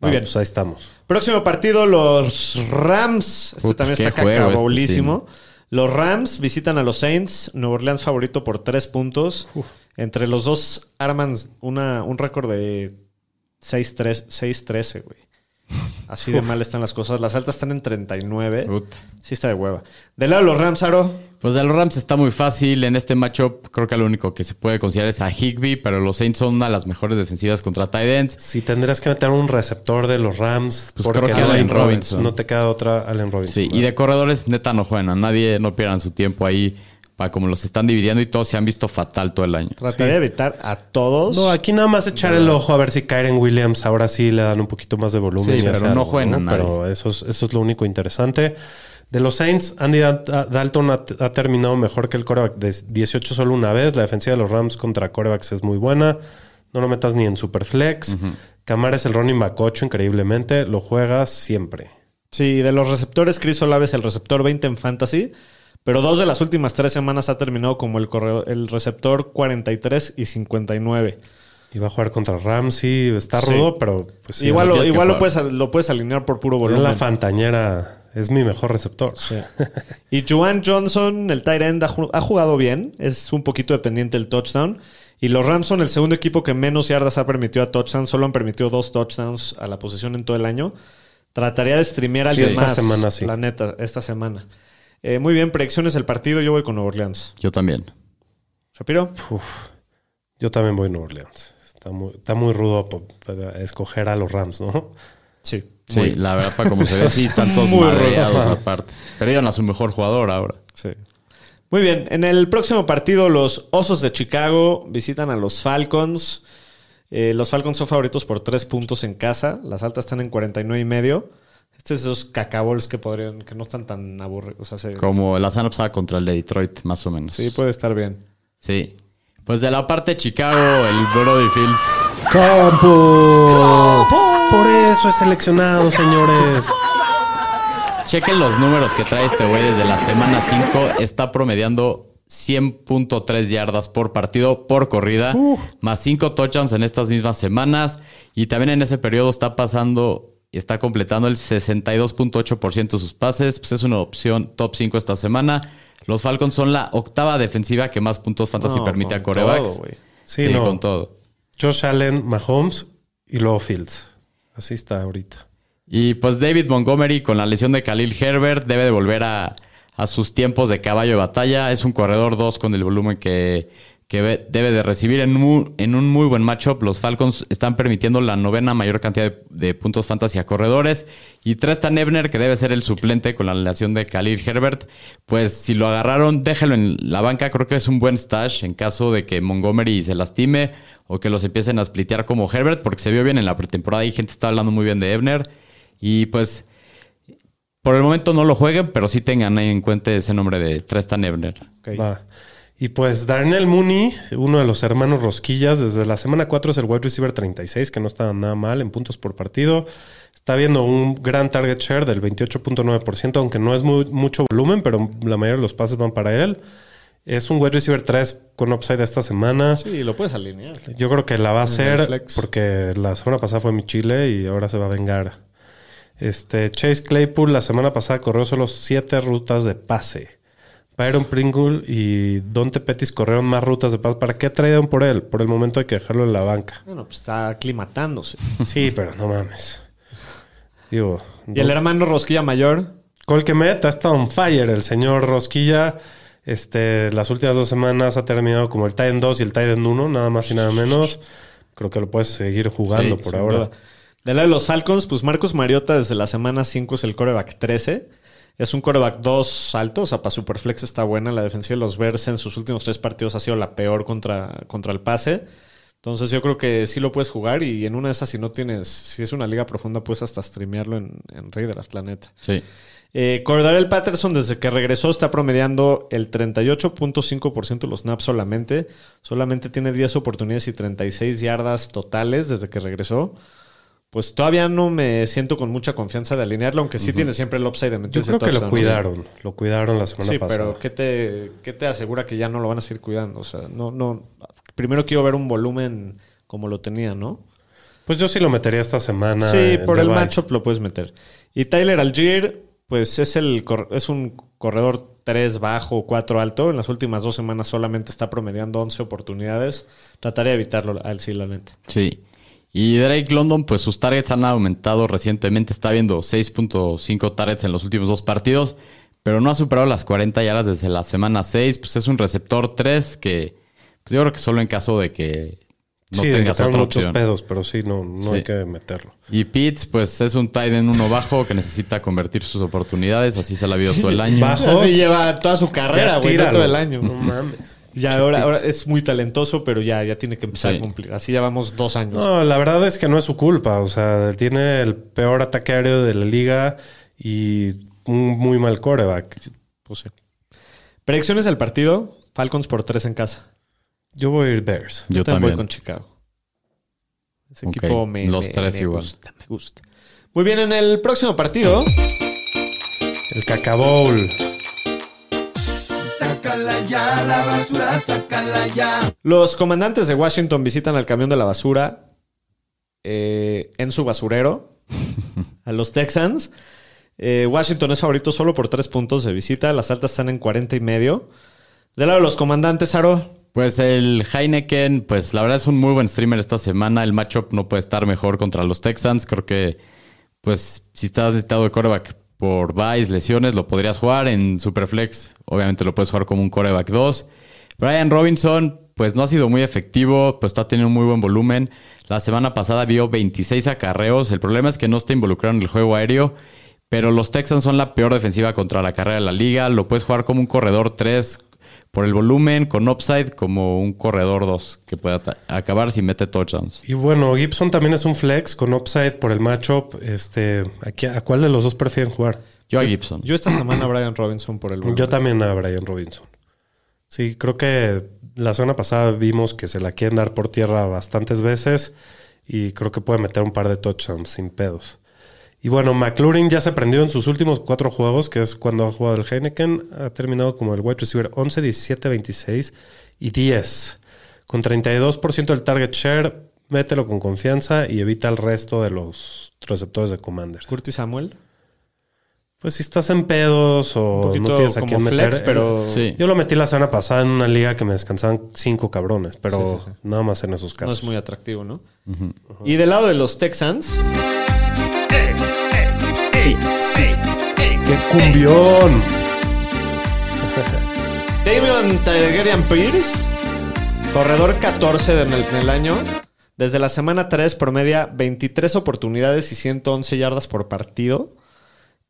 Speaker 2: Muy bien.
Speaker 3: ahí estamos.
Speaker 2: Próximo partido, los Rams. Este
Speaker 4: Puta,
Speaker 2: también
Speaker 4: qué
Speaker 2: está
Speaker 4: juego este,
Speaker 2: cacabolísimo. Los Rams visitan a los Saints. Nueva Orleans favorito por tres puntos. Entre los dos arman una, un récord de 6-3, 6-13, güey. Así de mal están las cosas. Las altas están en 39.
Speaker 4: Puta.
Speaker 2: Sí está de hueva. Del lado de los Rams, Aro.
Speaker 4: Pues de los Rams está muy fácil. En este matchup, creo que lo único que se puede considerar es a Higby, pero los Saints son una de las mejores defensivas contra tight ends.
Speaker 3: Si tendrías que meter un receptor de los Rams,
Speaker 4: Pues creo que
Speaker 3: no hay
Speaker 4: Allen
Speaker 3: otra-
Speaker 4: Robinson.
Speaker 3: No te queda otra Allen Robinson.
Speaker 4: Sí, y de corredores, neta, no juegan a nadie, no pierdan su tiempo ahí para como los están dividiendo y todos se han visto fatal todo el año.
Speaker 2: Trataré de evitar a todos.
Speaker 3: No, aquí nada más echar el ojo a ver si Kyren Williams ahora sí le dan un poquito más de volumen.
Speaker 4: Sí,
Speaker 3: y
Speaker 4: pero
Speaker 3: hace
Speaker 4: no
Speaker 3: algo,
Speaker 4: juegan a nadie.
Speaker 3: Pero eso es, eso es lo único interesante. De los Saints, Andy Da- Da- Dalton ha, ha terminado mejor que el coreback de 18 solo una vez. La defensiva de los Rams contra corebacks es muy buena. No lo metas ni en Superflex. Camara es el running back 8, increíblemente. Lo juegas siempre.
Speaker 2: Sí, de los receptores, Chris Olave es el receptor 20 en Fantasy, pero dos de las últimas tres semanas ha terminado como el, corredor- el receptor 43 y 59.
Speaker 3: Y va a jugar contra Ramsey. Está
Speaker 2: Sí.
Speaker 3: rudo, pero pues, sí,
Speaker 2: igual
Speaker 4: no
Speaker 2: lo,
Speaker 4: tienes que
Speaker 2: igual lo,
Speaker 4: jugar.
Speaker 2: puedes, lo puedes alinear por puro
Speaker 3: en
Speaker 2: volumen.
Speaker 3: la fantañera es mi mejor receptor.
Speaker 2: Sí. Y Juan Johnson, el tight end, ha ju- ha jugado bien. Es un poquito dependiente el touchdown. Y los Rams son el segundo equipo que menos yardas ha permitido a touchdowns. Solo han permitido dos touchdowns a la posición en todo el año. Trataría de streamear a
Speaker 3: Sí,
Speaker 2: alguien
Speaker 3: esta
Speaker 2: más.
Speaker 3: semana sí.
Speaker 2: La neta, esta semana. Eh, muy bien, predicciones del partido. Yo voy con Nueva Orleans.
Speaker 4: Yo también.
Speaker 2: ¿Shapiro?
Speaker 3: Uf, yo también voy a New Orleans. Está muy, está muy rudo po- para escoger a los Rams, ¿no?
Speaker 2: Sí.
Speaker 4: Sí, la verdad, para como se ve, sí están todos
Speaker 2: Muy
Speaker 4: madreados
Speaker 3: rojo.
Speaker 4: aparte. Perdieron a su mejor jugador ahora.
Speaker 2: Sí. Muy bien, en el próximo partido los Osos de Chicago visitan a los Falcons. Eh, los Falcons son favoritos por tres puntos en casa. Las altas están en 49 y medio. Este es esos cacabols que podrían, que no están tan aburridos. O sea, se-
Speaker 4: Como la semana pasada contra el de Detroit, más o menos.
Speaker 2: sí, pues. puede estar bien.
Speaker 4: Sí. Pues de la parte de Chicago, el Brody Fields.
Speaker 3: ¡Campo! Por eso es seleccionado, señores.
Speaker 4: Chequen los números que trae este güey desde la semana 5. Está promediando 100.3 yardas por partido por corrida,
Speaker 2: Uh.
Speaker 4: más 5 touchdowns en estas mismas semanas. Y también en ese periodo está pasando y está completando el 62.8% de sus pases. Pues es una opción top 5 esta semana. Los Falcons son la octava defensiva que más puntos fantasy
Speaker 2: No,
Speaker 4: permite a
Speaker 2: con
Speaker 4: corebacks.
Speaker 2: todo, güey.
Speaker 3: Sí,
Speaker 4: Sí,
Speaker 3: no.
Speaker 4: con todo.
Speaker 3: Josh Allen, Mahomes y luego Fields. Así está ahorita.
Speaker 4: Y pues David Montgomery con la lesión de Khalil Herbert debe de volver a, a sus tiempos de caballo de batalla. Es un corredor 2 con el volumen que, que ve- debe de recibir en, mu- en un muy buen matchup. Los Falcons están permitiendo la novena mayor cantidad de, de puntos fantasy a corredores. Y Tristan Ebner, que debe ser el suplente con la lesión de Khalil Herbert, pues si lo agarraron, déjalo en la banca. Creo que es un buen stash en caso de que Montgomery se lastime o que los empiecen a splitear como Herbert, porque se vio bien en la pretemporada y gente está hablando muy bien de Ebner. Y pues, por el momento no lo jueguen, pero sí tengan ahí en cuenta ese nombre de Tristan Ebner.
Speaker 2: Ok.
Speaker 3: Va. Y pues Darnell Mooney, uno de los hermanos Rosquillas, desde la semana 4 es el wide receiver 36, que no está nada mal en puntos por partido. Está viendo un gran target share del 28.9%, aunque no es muy- mucho volumen, pero la mayoría de los pases van para él. Es un wide receiver 3 con upside esta semana.
Speaker 2: Sí, lo puedes alinear.
Speaker 3: Yo creo que la va a hacer
Speaker 2: flex.
Speaker 3: porque la semana pasada fue mi Chile y ahora se va a vengar. Este Chase Claypool la semana pasada corrió solo siete rutas de pase. Byron Pringle y Dante Pettis corrieron más rutas de pase. ¿Para qué traían por él? Por el momento hay que dejarlo en la banca.
Speaker 2: Bueno, pues está aclimatándose.
Speaker 3: Sí, pero no mames. Digo,
Speaker 2: Y el hermano Rosquilla Mayor,
Speaker 3: Colquemet ha estado on fire. El señor Rosquilla, este, las últimas dos semanas ha terminado como el Titan 2 y el Titan 1, nada más y nada menos. Creo que lo puedes seguir jugando
Speaker 4: Sí,
Speaker 3: por
Speaker 2: sin
Speaker 3: ahora.
Speaker 2: duda. Del lado de los Falcons, pues Marcos Mariota desde la semana 5 es el coreback 13. Es un coreback 2 alto, o sea, para Superflex está buena. La defensiva de los Bears en sus últimos tres partidos ha sido la peor contra, contra el pase. Entonces yo creo que sí lo puedes jugar y en una de esas, si no tienes, si es una liga profunda, puedes hasta streamearlo en, en Rey de las Planeta.
Speaker 4: Sí.
Speaker 2: Eh, Cordarel Patterson, desde que regresó, está promediando el 38.5% de los snaps solamente. Solamente tiene 10 oportunidades y 36 yardas totales desde que regresó. Pues todavía no me siento con mucha confianza de alinearlo, aunque sí tiene siempre el upside de meter
Speaker 3: Yo
Speaker 2: ese
Speaker 3: creo que lo
Speaker 2: touchdown.
Speaker 3: cuidaron. Lo cuidaron la semana
Speaker 2: Sí,
Speaker 3: pasada.
Speaker 2: pero ¿qué te, ¿qué te asegura que ya no lo van a seguir cuidando? O sea, no, no. Primero quiero ver un volumen como lo tenía, ¿no?
Speaker 3: Pues yo sí lo metería esta semana.
Speaker 2: Sí,
Speaker 3: en
Speaker 2: por el
Speaker 3: Device.
Speaker 2: matchup lo puedes meter. Y Tyler Algier, pues es, el cor- es un corredor 3 bajo, 4 alto. En las últimas dos semanas solamente está promediando 11 oportunidades. Trataré de evitarlo al sí, la neta.
Speaker 4: Sí. Y Drake London, pues sus targets han aumentado recientemente. Está viendo 6.5 targets en los últimos dos partidos, pero no ha superado las 40 yardas desde la semana 6. Pues es un receptor 3 que pues yo creo que solo en caso de que no
Speaker 3: sí, de que
Speaker 4: tengas
Speaker 3: tengan
Speaker 4: otra
Speaker 3: muchos
Speaker 4: opción.
Speaker 3: pedos, pero sí, no, no
Speaker 4: Sí.
Speaker 3: hay que meterlo.
Speaker 4: Y Pitts, pues es un tight end uno bajo que necesita convertir sus oportunidades. Así se la vio todo el año.
Speaker 3: Bajo.
Speaker 2: Así lleva toda su carrera,
Speaker 3: ya
Speaker 2: güey, no
Speaker 3: tíralo.
Speaker 2: todo el año.
Speaker 3: No mames.
Speaker 2: Ya ahora, ahora es muy talentoso, pero ya, ya tiene que empezar
Speaker 4: Sí.
Speaker 2: a cumplir. Así ya vamos dos años.
Speaker 3: No, la verdad es que no es su culpa. O sea, tiene el peor ataque aéreo de la liga y un muy mal coreback.
Speaker 2: Pues sí. Predicciones del partido: Falcons por 3 en casa.
Speaker 3: Yo voy a ir Bears.
Speaker 2: también
Speaker 4: Yo también.
Speaker 2: voy con Chicago. Ese
Speaker 4: Ok,
Speaker 2: equipo me,
Speaker 4: los
Speaker 2: me-
Speaker 4: tres
Speaker 2: me
Speaker 4: igual.
Speaker 2: gusta, me gusta. Muy bien, en el próximo partido.
Speaker 3: El Cacabowl.
Speaker 5: Sácala ya la basura, sácala ya.
Speaker 2: Los comandantes de Washington visitan al camión de la basura eh, en su basurero a los Texans. Eh, Washington es favorito solo por tres puntos de visita. Las altas están en 40 y medio. Del lado de los comandantes, Aro.
Speaker 4: Pues el Heineken, pues la verdad es un muy buen streamer esta semana. El matchup no puede estar mejor contra los Texans. Creo que, pues, si estás necesitado de coreback por buys, lesiones, lo podrías jugar en Superflex. Obviamente lo puedes jugar como un coreback 2. Brian Robinson, pues no ha sido muy efectivo, pues está teniendo un muy buen volumen. La semana pasada vio 26 acarreos. El problema es que no está involucrado en el juego aéreo, pero los Texans son la peor defensiva contra la carrera de la liga. Lo puedes jugar como un corredor 3 por el volumen, con upside, como un corredor 2 que pueda ta- acabar si mete touchdowns.
Speaker 3: Y bueno, Gibson también es un flex con upside por el matchup. Este, ¿a, qué- a cuál de los dos prefieren jugar?
Speaker 4: Yo a Gibson.
Speaker 2: Yo esta semana a Brian Robinson por el volumen.
Speaker 3: Yo también a Brian Robinson. Sí, creo que la semana pasada vimos que se la quieren dar por tierra bastantes veces y creo que puede meter un par de touchdowns sin pedos. Y bueno, McLaurin ya se prendió en sus últimos cuatro juegos, que es cuando ha jugado el Heineken. Ha terminado como el wide receiver 11, 17, 26 y 10. Con 32% del target share, mételo con confianza y evita el resto de los receptores de Commanders.
Speaker 2: Curtis Samuel.
Speaker 3: Pues si estás en pedos
Speaker 2: Un
Speaker 3: o Oh, no
Speaker 2: poquito
Speaker 3: tienes a
Speaker 2: como
Speaker 3: quién meter. eh,
Speaker 2: flex, pero
Speaker 4: Sí.
Speaker 3: Yo lo metí la semana pasada en una liga que me descansaban cinco cabrones, pero
Speaker 2: Sí, sí, sí.
Speaker 3: nada más en esos
Speaker 2: no
Speaker 3: casos.
Speaker 2: es muy atractivo, ¿no? Y del lado de los Texans,
Speaker 3: ¡Qué cumbión!
Speaker 2: Damian Targaryen Pierce, corredor 14 en el, en el año. Desde la semana 3 promedia 23 oportunidades y 111 yardas por partido.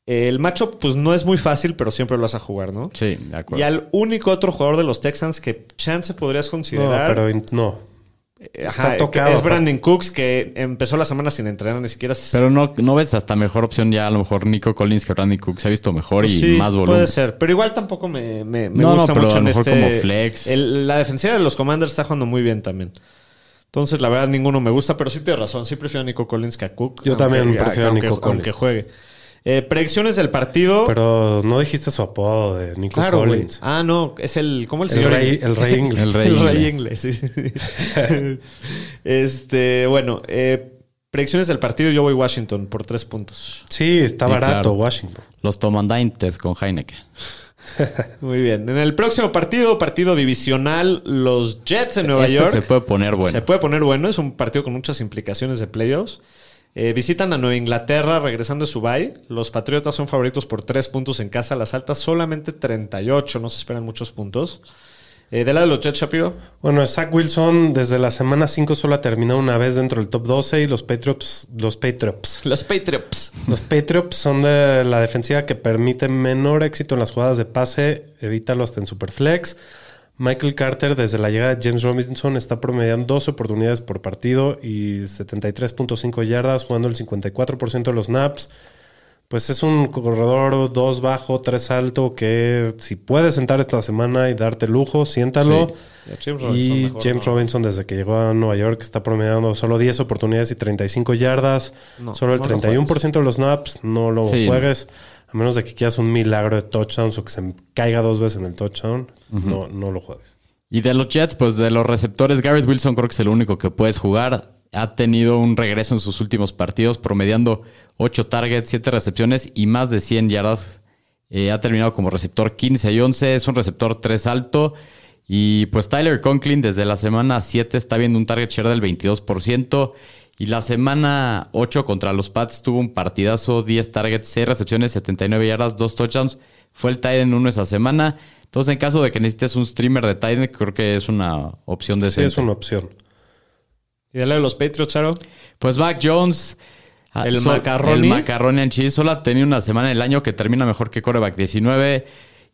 Speaker 2: El matchup, pues no es muy fácil, pero siempre lo vas a jugar, ¿no?
Speaker 4: Sí, de acuerdo.
Speaker 2: Y al único otro jugador de los Texans que chance podrías
Speaker 3: No,
Speaker 2: considerar.
Speaker 3: pero in- no.
Speaker 2: eh,
Speaker 3: está
Speaker 2: eh,
Speaker 3: tocado,
Speaker 2: Es
Speaker 3: pa.
Speaker 2: Brandon Cooks, que empezó la semana sin entrenar, ni siquiera. se-
Speaker 4: Pero no, no ves hasta mejor opción ya, a lo mejor Nico Collins que Randy Cook se ha visto mejor y
Speaker 2: Pues Sí,
Speaker 4: más volumen.
Speaker 2: Puede ser, pero igual tampoco me, me, me
Speaker 4: No, no,
Speaker 2: gusta
Speaker 4: pero
Speaker 2: mucho
Speaker 4: a lo
Speaker 2: en
Speaker 4: mejor
Speaker 2: este-
Speaker 4: como flex.
Speaker 2: el- la defensiva de los Commanders está jugando muy bien también. Entonces, la verdad, ninguno me gusta, pero sí tienes razón. Sí prefiero a Nico Collins que a Cook.
Speaker 3: Yo también prefiero a
Speaker 2: aunque-
Speaker 3: Nico Collins.
Speaker 2: Aunque juegue. Eh, predicciones del partido.
Speaker 3: Pero no dijiste su apodo de Nico
Speaker 2: claro, güey.
Speaker 3: Collins.
Speaker 2: Ah, no, es el. ¿Cómo el
Speaker 3: el,
Speaker 2: señor?
Speaker 3: rey, el rey inglés.
Speaker 4: El rey
Speaker 2: El
Speaker 4: inglés.
Speaker 2: rey inglés. sí, sí, sí. este, bueno, eh, predicciones del partido. Yo voy Washington por tres puntos.
Speaker 3: Sí, está
Speaker 4: Sí,
Speaker 3: barato
Speaker 4: claro.
Speaker 3: Washington.
Speaker 4: Los Tomandantes con Heineken.
Speaker 2: Muy bien. En el próximo partido, partido divisional, los Jets en Nueva
Speaker 4: Este
Speaker 2: York.
Speaker 4: se puede poner bueno.
Speaker 2: Se puede poner bueno. Es un partido con muchas implicaciones de playoffs. Eh, visitan a Nueva Inglaterra regresando de su bye. Los Patriotas son favoritos por tres puntos en casa. Las altas solamente 38. No se esperan muchos puntos. Eh, de la de los Jets, Shapiro.
Speaker 3: Bueno, Zach Wilson desde la semana 5 solo ha terminado una vez dentro del top 12 y los Patriots, los Patriots,
Speaker 2: Los Patriots.
Speaker 3: Los Patriots son de la defensiva que permite menor éxito en las jugadas de pase, evítalo hasta en Superflex. Michael Carter, desde la llegada de James Robinson, está promediando dos oportunidades por partido y 73.5 yardas, jugando el 54% de los snaps. Pues es un corredor 2 bajo, 3 alto, que si puedes sentar esta semana y darte lujo, siéntalo.
Speaker 2: Y
Speaker 4: Sí.
Speaker 2: a James Robinson
Speaker 3: Y
Speaker 2: mejor,
Speaker 3: James
Speaker 2: ¿no?
Speaker 3: Robinson, desde que llegó a Nueva York, está promediando solo 10 oportunidades y 35 yardas.
Speaker 2: No,
Speaker 3: solo el
Speaker 2: no lo
Speaker 3: 31% de los snaps. No lo
Speaker 4: Sí,
Speaker 3: juegues. A menos de que quieras un milagro de touchdowns o que se caiga dos veces en el touchdown. no, no lo juegues.
Speaker 4: Y de los Jets, pues de los receptores, Garrett Wilson creo que es el único que puedes jugar. Ha tenido un regreso en sus últimos partidos, promediando 8 targets, 7 recepciones y más de 100 yardas. Eh, ha terminado como receptor 15 y 11, es un receptor 3 alto. Y pues Tyler Conklin desde la semana 7 está viendo un target share del 22%. Y la semana 8 contra los Pats tuvo un partidazo, 10 targets, 6 recepciones, 79 yardas, 2 touchdowns. Fue el Titan 1 esa semana. Entonces, en caso de que necesites un streamer de Titan, creo que es una opción de
Speaker 3: Sí, es una opción.
Speaker 2: Y de la de los Patriots, Charo.
Speaker 4: Pues Mac Jones. ah,
Speaker 2: El
Speaker 4: sol-
Speaker 2: macarroni.
Speaker 4: El macarroni en cheese. Solo ha tenido una semana en el año que termina mejor que coreback 19.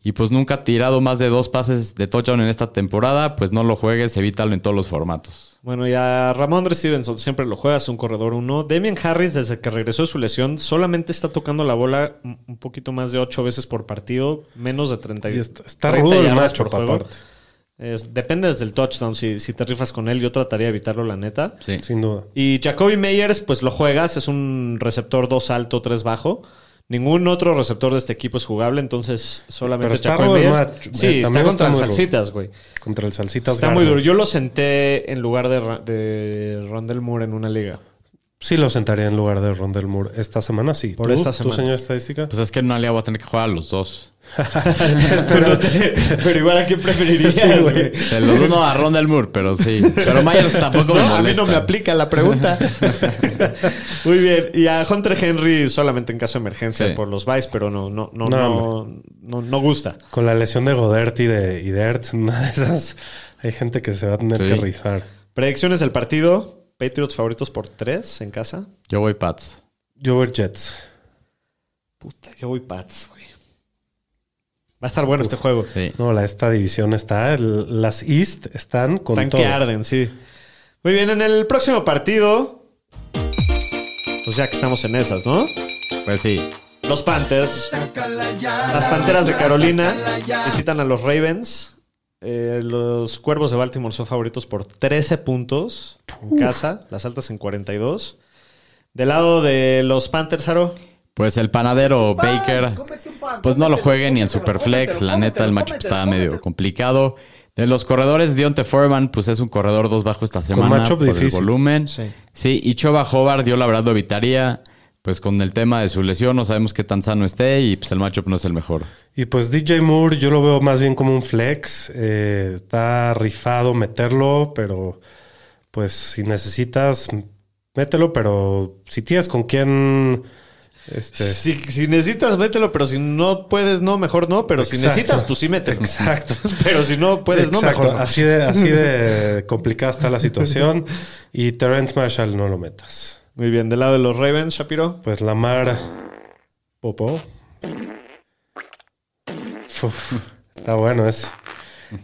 Speaker 4: Y pues nunca ha tirado más de dos pases de touchdown en esta temporada. Pues no lo juegues, evítalo en todos los formatos.
Speaker 2: Bueno, y a Ramondre Stevenson siempre lo juegas, un corredor uno. Demian Harris, desde que regresó de su lesión, solamente está tocando la bola un un poquito más de ocho veces por partido, menos de 30
Speaker 3: Y
Speaker 2: y
Speaker 3: está, está rudo el macho, aparte.
Speaker 2: depende desde el touchdown, si, si te rifas con él, yo trataría de evitarlo, la neta.
Speaker 4: Sí.
Speaker 3: Sin duda.
Speaker 2: Y Jacoby Meyers, pues lo juegas, es un receptor dos alto, tres bajo. Ningún otro receptor de este equipo es jugable, entonces
Speaker 3: Pero
Speaker 2: solamente
Speaker 3: está
Speaker 2: Jacoby
Speaker 3: rudo el
Speaker 2: Meyers.
Speaker 3: match, eh,
Speaker 2: sí,
Speaker 3: también
Speaker 2: está
Speaker 3: está
Speaker 2: contra
Speaker 3: muy rudo.
Speaker 2: salsitas, güey.
Speaker 3: Contra el Salsitas
Speaker 2: Está muy
Speaker 3: Garner.
Speaker 2: duro. Yo lo senté en lugar de, Ra- de Rondell Moore en una liga.
Speaker 3: Sí lo sentaría en lugar de Rondell Moore. Esta semana sí.
Speaker 2: Por
Speaker 3: ¿Tú?
Speaker 2: esta
Speaker 3: ¿Tú,
Speaker 2: semana.
Speaker 3: señor estadística?
Speaker 4: Pues es que no le voy a tener que jugar a los dos.
Speaker 2: pero, pero igual a quién preferirías, güey.
Speaker 4: Se los doy no, a Rondell Moore, pero sí. Pero Myers
Speaker 2: Pues,
Speaker 4: tampoco
Speaker 2: No,
Speaker 4: me
Speaker 2: a mí
Speaker 4: molesta.
Speaker 2: no me aplica la pregunta. Muy bien. Y a Hunter Henry solamente en caso de emergencia
Speaker 4: Sí.
Speaker 2: por los Vice, pero no, no, no,
Speaker 3: No,
Speaker 2: no, no, no, no gusta.
Speaker 3: Con la lesión de Godert y de, y de Ertz, en una de esas, hay gente que se va a tener
Speaker 4: Sí.
Speaker 3: que rifar.
Speaker 2: Predicciones del partido. Patriots favoritos por tres en casa.
Speaker 4: Yo voy Pats.
Speaker 3: Yo voy Jets.
Speaker 2: Puta, yo voy Pats, güey. Va a estar bueno este juego.
Speaker 4: Sí.
Speaker 3: No, la, esta división está. el- las East están con
Speaker 2: Están
Speaker 3: todo.
Speaker 2: que arden, sí. Muy bien, en el próximo partido. Pues ya que estamos en esas, ¿no?
Speaker 4: Pues sí.
Speaker 2: Los Panthers
Speaker 5: Sácala ya.
Speaker 2: Las Panteras de
Speaker 5: basura,
Speaker 2: Carolina
Speaker 5: sácala ya.
Speaker 2: visitan a los Ravens. Eh, los Cuervos de Baltimore son favoritos por 13 puntos en casa, las altas en 42. Del lado de los Panthers, Aro,
Speaker 4: Pues el panadero Baker, pues no lo juegue ni en Superflex. La neta, el matchup estaba medio complicado. De los corredores, Dionte Foreman, pues es un corredor dos bajo esta semana
Speaker 3: matchup
Speaker 4: por el
Speaker 3: difícil.
Speaker 4: volumen.
Speaker 2: Sí.
Speaker 4: Sí. y Choba Hobart, yo la verdad lo evitaría. Pues con el tema de su lesión, no sabemos qué tan sano esté y pues el matchup no es el mejor.
Speaker 3: Y pues DJ Moore, yo lo veo más bien como un flex. Eh, está rifado meterlo, pero pues si necesitas, mételo, pero si tienes con quién. Este,
Speaker 2: si, si necesitas, mételo, pero si no puedes, no, mejor no. Pero si
Speaker 3: Exacto.
Speaker 2: necesitas, pues sí, mételo.
Speaker 3: Exacto.
Speaker 2: Pero si no puedes, no,
Speaker 3: Exacto,
Speaker 2: mejor no.
Speaker 3: Así de, así de complicada está la situación. Y Terrence Marshall no lo metas.
Speaker 2: Muy bien, del lado de los Ravens, Shapiro.
Speaker 3: Pues Lamar Popo. Uf, está bueno ese.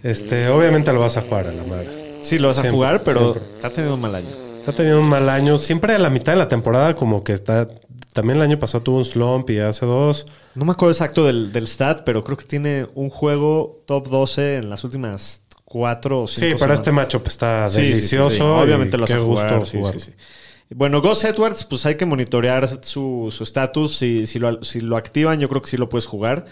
Speaker 3: Este, obviamente lo vas a jugar a Lamar.
Speaker 2: Sí, lo vas a
Speaker 3: Siempre,
Speaker 2: jugar, pero
Speaker 3: siempre.
Speaker 2: ha tenido un mal año.
Speaker 3: Está teniendo un mal año. Siempre a la mitad de la temporada, como que está. También el año pasado tuvo un slump y hace dos.
Speaker 2: No me acuerdo exacto del, del stat, pero creo que tiene un juego top 12 en las últimas cuatro o cinco
Speaker 3: Sí, pero
Speaker 2: semanas.
Speaker 3: este matchup está
Speaker 2: pues Sí, sí, sí,
Speaker 3: delicioso.
Speaker 2: sí. Obviamente
Speaker 3: y
Speaker 2: lo hace
Speaker 3: qué gusto
Speaker 2: jugar, sí,
Speaker 3: jugarlo.
Speaker 2: sí, sí. Bueno, Gus Edwards, pues hay que monitorear su su estatus. si, si, lo, si lo activan, yo creo que sí lo puedes jugar.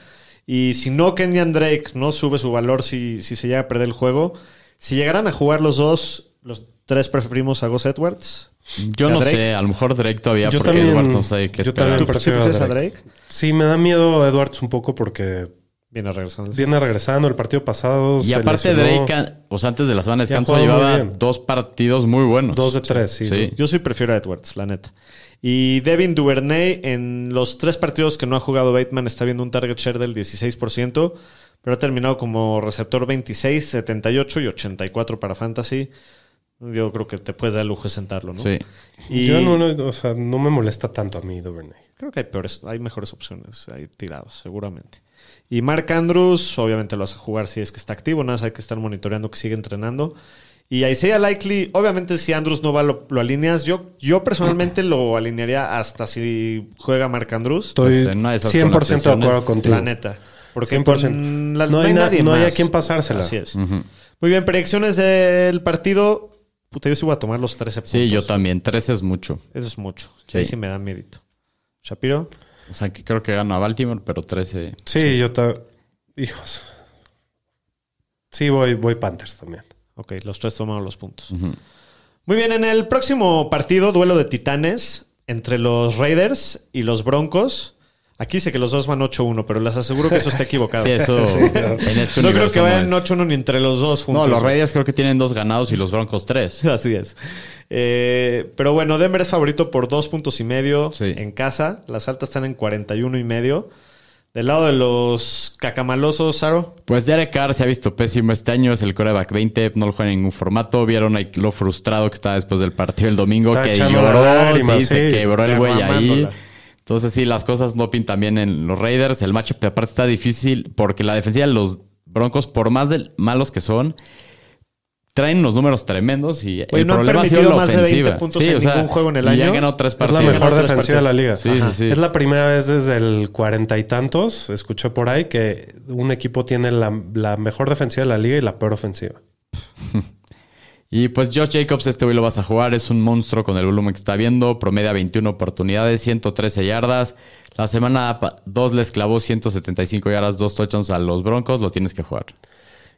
Speaker 2: Y si no, Kenyan Drake no sube su valor si, si se llega a perder el juego. Si llegaran a jugar los dos, los tres preferimos a Gus Edwards.
Speaker 4: Yo
Speaker 2: ¿Y a
Speaker 4: no
Speaker 2: Drake?
Speaker 4: sé, a lo mejor Drake todavía,
Speaker 3: Yo
Speaker 4: porque
Speaker 3: también-
Speaker 4: Edwards no sé qué
Speaker 3: yo
Speaker 4: esperar.
Speaker 3: también.
Speaker 2: ¿Tú
Speaker 3: prefiero a
Speaker 2: prefieres a
Speaker 3: Drake.
Speaker 2: Drake?
Speaker 3: Sí, me da miedo Edwards un poco porque
Speaker 2: Viene regresando.
Speaker 3: viene regresando el partido pasado.
Speaker 4: Y
Speaker 3: se
Speaker 4: aparte
Speaker 3: lesionó.
Speaker 4: Drake, an- o sea, antes de la semana de
Speaker 3: Ya
Speaker 4: descanso,
Speaker 3: jugó muy
Speaker 4: llevaba
Speaker 3: bien.
Speaker 4: dos partidos muy buenos.
Speaker 3: Dos de tres, sí.
Speaker 4: Sí.
Speaker 2: Yo sí prefiero a Edwards, la neta. Y Devin Duvernay, en los tres partidos que no ha jugado Bateman, está viendo un target share del 16%, pero ha terminado como receptor 26, 78 y 84 para Fantasy. Yo creo que te puedes dar el lujo de sentarlo, ¿no?
Speaker 4: Sí.
Speaker 2: Y
Speaker 3: Yo no, no, o sea, no me molesta tanto a mí, Duvernay.
Speaker 2: creo que hay, peores, hay mejores opciones ahí tirados, seguramente. Y Mark Andrews, obviamente lo vas a jugar si es que está activo, nada más hay que estar monitoreando que sigue entrenando. Y Isaiah Likely, obviamente si Andrews no va, lo, lo alineas. Yo, yo personalmente lo alinearía hasta si juega Mark Andrews,
Speaker 3: Estoy
Speaker 4: Pues en una de esas
Speaker 3: 100%
Speaker 4: con las
Speaker 3: de acuerdo
Speaker 4: lesiones,
Speaker 3: contigo.
Speaker 2: la neta. Porque
Speaker 3: 100%.
Speaker 2: con la-
Speaker 3: No hay na- no hay
Speaker 2: más.
Speaker 3: a quién pasársela. Mm.
Speaker 2: Así es.
Speaker 4: Ujú.
Speaker 2: Muy bien, predicciones del partido. Puta, yo sí voy a tomar los 13 puntos.
Speaker 4: Sí, yo también. Tres es mucho.
Speaker 2: Eso es mucho. Sí, sí me da miedito. Shapiro.
Speaker 4: O sea, que creo que gana Baltimore, pero eh, 13.
Speaker 3: Sí, yo ta- Hijos. Sí, voy, voy Panthers también.
Speaker 2: Ok, los tres tomaron los puntos. Muy bien, en el próximo partido, duelo de titanes entre los Raiders y los Broncos. Aquí sé que los dos van 8-1, pero les aseguro que eso está equivocado.
Speaker 4: Sí, eso en este
Speaker 2: no creo
Speaker 4: universo
Speaker 2: que vayan
Speaker 4: no es.
Speaker 2: 8-1 ni entre los dos juntos.
Speaker 4: No, los Reyes creo que tienen dos ganados y los Broncos tres.
Speaker 2: Así es. Eh, pero bueno, Denver es favorito por dos puntos y medio
Speaker 4: Sí.
Speaker 2: en casa. Las altas están en 41 y medio. Del lado de los cacamalosos, Saro.
Speaker 4: Pues Derek Carr se ha visto pésimo este año, es el coreback 20, no lo juega en ningún formato. Vieron ahí lo frustrado que estaba después del partido el domingo,
Speaker 3: Está
Speaker 4: que
Speaker 3: echando
Speaker 4: lloró,
Speaker 3: la lágrima,
Speaker 4: sí, se
Speaker 3: sí.
Speaker 4: quebró el güey ahí.
Speaker 2: Derramándola.
Speaker 4: Entonces, sí, las cosas no pintan bien en los Raiders. El matchup aparte está difícil porque la defensiva de los Broncos, por más de malos que son, traen unos números tremendos y
Speaker 2: Oye,
Speaker 4: el
Speaker 2: no han
Speaker 4: problema ha sido
Speaker 2: permitido
Speaker 4: la
Speaker 2: más de 20
Speaker 4: ofensiva.
Speaker 2: puntos en ningún juego en el
Speaker 4: Y
Speaker 2: año.
Speaker 4: han ganado tres
Speaker 3: Es la
Speaker 4: partidos.
Speaker 3: mejor
Speaker 2: Tres
Speaker 3: defensiva de la liga.
Speaker 4: Sí, sí, sí.
Speaker 3: Es la primera vez desde el cuarenta y tantos, escuché por ahí, que un equipo tiene la, la mejor defensiva de la liga y la peor ofensiva.
Speaker 4: Y pues Josh Jacobs, este güey lo vas a jugar, es un monstruo con el volumen que está viendo, promedia 21 oportunidades, 113 yardas. La semana 2 les clavó 175 yardas, dos touchdowns a los Broncos, lo tienes que jugar.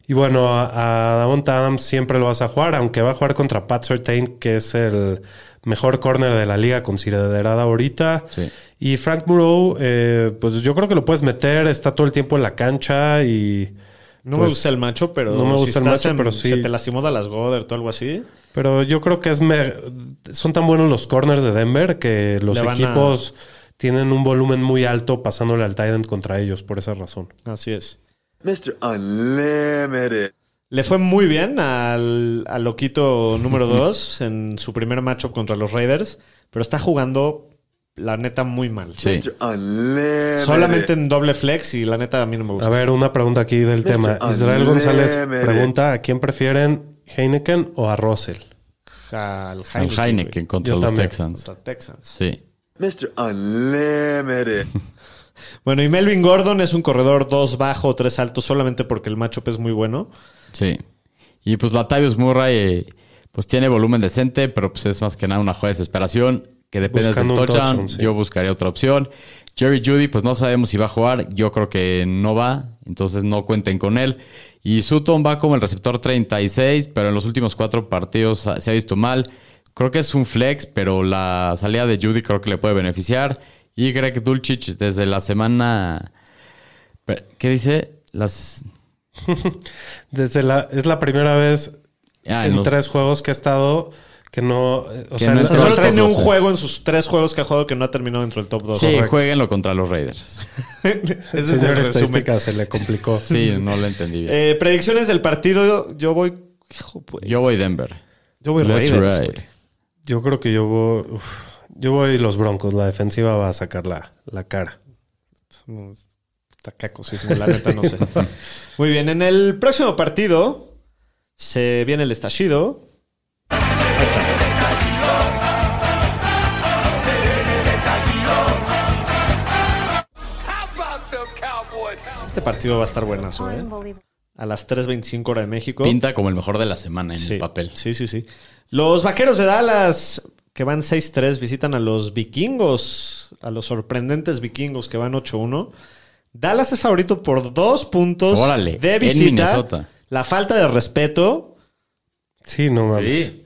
Speaker 3: Y bueno, a, a Davonta Adams siempre lo vas a jugar, aunque va a jugar contra Pat Surtain, que es el mejor corner de la liga considerada ahorita.
Speaker 4: Sí.
Speaker 3: Y Frank Moreau, eh, pues yo creo que lo puedes meter, está todo el tiempo en la cancha y...
Speaker 2: No me
Speaker 3: pues,
Speaker 2: gusta el macho, pero
Speaker 3: no me gusta el
Speaker 2: estás
Speaker 3: macho, pero sí.
Speaker 2: Se te lastimó Dallas Goddard o algo así.
Speaker 3: Pero yo creo que es me- son tan buenos los corners de Denver que los
Speaker 2: Le van a-
Speaker 3: equipos tienen un volumen muy alto pasándole al tight end contra ellos por esa razón.
Speaker 2: Así es.
Speaker 6: Mr. Unlimited.
Speaker 2: Le fue muy bien al, al loquito número 2 en su primer macho contra los Raiders, pero está jugando la neta muy mal.
Speaker 4: Sí.
Speaker 6: Mr. Unlimited.
Speaker 2: Şey. Solamente en doble flex y la neta a mí no me gusta.
Speaker 3: A ver, una pregunta aquí del tema. Israel González
Speaker 6: Unlimited.
Speaker 3: pregunta, ¿a quién prefieren, Heineken o a Russell?
Speaker 2: al
Speaker 4: Al
Speaker 2: Heineken.
Speaker 4: Heineken
Speaker 2: güey,
Speaker 4: contra
Speaker 3: Yo
Speaker 4: los
Speaker 3: también.
Speaker 4: Texans.
Speaker 2: contra Texans.
Speaker 4: Sí.
Speaker 6: Mr. Unlimited.
Speaker 2: Bueno, y Melvin Gordon es un corredor dos bajo, tres alto, solamente porque el matchup es muy bueno.
Speaker 4: Sí. Y pues Latavius Murray, eh, pues tiene volumen decente, pero pues es más que nada una jugada de desesperación que depende del
Speaker 3: Buscando un
Speaker 4: touchdown.
Speaker 3: touchdown, sí.
Speaker 4: Yo buscaría otra opción. Jerry Judy, pues no sabemos si va a jugar. Yo creo que no va, entonces no cuenten con él. Y Sutton va como el receptor 36, pero en los últimos cuatro partidos ha- se ha visto mal. Creo que es un flex, pero la salida de Judy creo que le puede beneficiar. Y Greg Dulcich desde la semana... per- ¿Qué dice? Las...
Speaker 3: Desde la, es la primera vez
Speaker 4: ah,
Speaker 3: en
Speaker 4: los-
Speaker 3: tres juegos que ha estado que no... eh, O
Speaker 4: Que
Speaker 3: sea, en
Speaker 4: no
Speaker 2: O sea,
Speaker 4: está
Speaker 3: estos
Speaker 2: solo
Speaker 4: top
Speaker 3: tres-
Speaker 2: tiene un
Speaker 4: 12.
Speaker 2: juego en sus tres juegos que ha jugado que no ha terminado dentro del top 2.
Speaker 4: Sí, jueguenlo contra los Raiders.
Speaker 2: Ese es el
Speaker 3: señor
Speaker 2: resumen.
Speaker 3: estadística se le complicó.
Speaker 4: Sí, no lo entendí bien.
Speaker 2: Eh, predicciones del partido. Yo voy. hijo, pues,
Speaker 4: Yo voy Denver.
Speaker 2: yo voy
Speaker 4: Let's
Speaker 2: Raiders,
Speaker 4: ride.
Speaker 2: güey.
Speaker 3: Yo creo que yo voy, uf, yo voy los Broncos. La defensiva va a sacar la, la cara.
Speaker 2: No, Está cacosísimo, la neta, no sé. Muy bien, en el próximo partido se viene el estallido. Este partido va a estar buenazo, ¿eh? A las 3.25 hora de México.
Speaker 4: Pinta como el mejor de la semana en
Speaker 2: sí,
Speaker 4: el papel.
Speaker 2: Sí, sí, sí. Los vaqueros de Dallas, que van 6-3, visitan a los vikingos, a los sorprendentes vikingos que van 8-1. Dallas es favorito por dos puntos
Speaker 4: Órale,
Speaker 2: de
Speaker 4: en
Speaker 2: visita.
Speaker 4: Minnesota.
Speaker 2: La falta de respeto.
Speaker 3: Sí, no mames.
Speaker 4: Sí.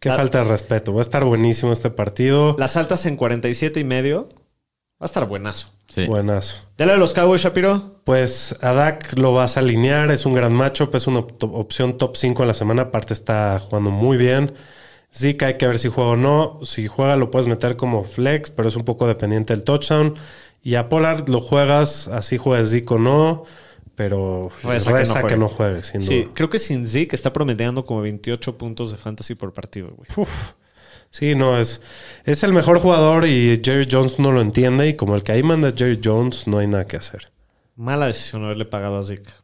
Speaker 3: Qué
Speaker 2: La-
Speaker 3: falta de respeto. Va a estar buenísimo este partido.
Speaker 2: Las altas en 47 y medio. Va a estar buenazo.
Speaker 4: Sí.
Speaker 3: Buenazo.
Speaker 2: Dale a los Cowboys, Shapiro.
Speaker 3: Pues a Dak lo vas a alinear, es un gran matchup, es una op- opción top 5 en la semana, aparte está jugando muy bien. Zika hay que ver si juega o no. Si juega lo puedes meter como flex, pero es un poco dependiente del touchdown. Y a Pollard lo juegas, así juegas Zika o no, pero
Speaker 2: Reza
Speaker 3: reza,
Speaker 2: que no
Speaker 3: que, no
Speaker 2: juegue.
Speaker 3: juegue, sin
Speaker 2: Sí,
Speaker 3: duda.
Speaker 2: creo que sin Zeke está promediando como 28 puntos de fantasy por partido, güey.
Speaker 3: Sí, no, es, es el mejor jugador y Jerry Jones no lo entiende. Y como el que ahí manda es Jerry Jones, no hay nada que hacer.
Speaker 2: Mala decisión haberle pagado a Zeke. Se va,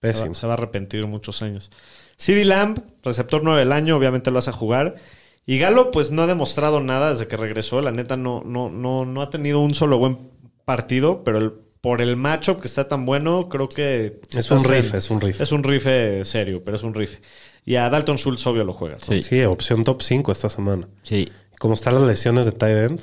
Speaker 3: Pésimo.
Speaker 2: se va a arrepentir muchos años. CD Lamb, receptor 9 del año, obviamente lo vas a jugar. Y Galo, pues no ha demostrado nada desde que regresó. La neta, no, no, no, no ha tenido un solo buen partido, pero el- por el matchup que está tan bueno, creo que.
Speaker 3: Es
Speaker 2: está
Speaker 3: un
Speaker 2: ser-
Speaker 3: riff, es un riff.
Speaker 2: Es un rife serio, pero es un rife. Y a Dalton Schultz, obvio, lo juegas. ¿no?
Speaker 4: Sí.
Speaker 3: Sí, opción top 5 esta semana.
Speaker 4: Sí.
Speaker 3: Como están las lesiones de tight end,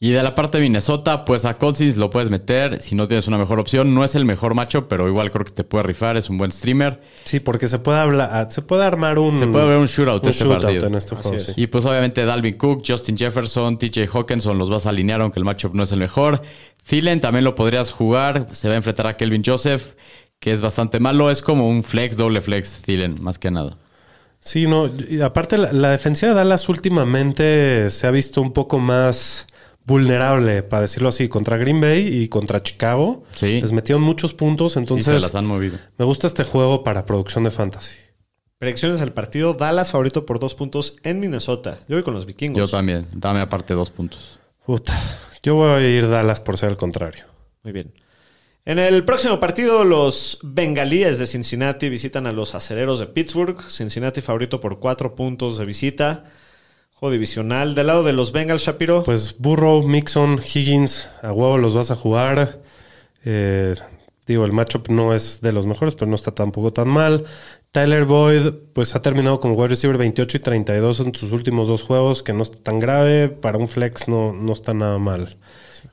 Speaker 4: Y de la parte de Minnesota, pues a Cousins lo puedes meter si no tienes una mejor opción. No es el mejor macho, pero igual creo que te puede rifar. Es un buen streamer.
Speaker 3: Sí, porque se puede hablar, se puede armar un,
Speaker 4: Se puede ver un shootout
Speaker 3: Mm. un
Speaker 4: este
Speaker 3: shootout
Speaker 4: partido.
Speaker 3: en este juego. sí.
Speaker 4: Y pues obviamente Dalvin Cook, Justin Jefferson, TJ Hawkinson los vas a alinear, aunque el matchup no es el mejor. Thielen también lo podrías jugar. Se va a enfrentar a Kelvin Joseph, que es bastante malo. Es como un flex, doble flex, Thielen, más que nada.
Speaker 3: Sí, no. y aparte, la, la defensiva de Dallas últimamente se ha visto un poco más vulnerable, para decirlo así, contra Green Bay y contra Chicago.
Speaker 4: Sí.
Speaker 3: Les metieron muchos puntos,
Speaker 4: Entonces,
Speaker 3: entonces
Speaker 4: se las han movido.
Speaker 3: me gusta este juego para producción de fantasy.
Speaker 2: Predicciones al partido: Dallas favorito por dos puntos en Minnesota. Yo voy con los vikingos.
Speaker 4: Yo también. Dame aparte dos puntos.
Speaker 3: Puta, yo voy a ir Dallas por ser el contrario.
Speaker 2: Muy bien. En el próximo partido, los bengalíes de Cincinnati visitan a los acereros de Pittsburgh. Cincinnati favorito por cuatro puntos de visita. Juego divisional. Del lado de los Bengals, Shapiro.
Speaker 3: Pues Burrow, Mixon, Higgins, a huevo los vas a jugar. Eh, digo, el matchup no es de los mejores, pero no está tampoco tan mal. Tyler Boyd, pues ha terminado como wide receiver 28 y 32 en sus últimos dos juegos, que no está tan grave. Para un flex no, no está nada mal.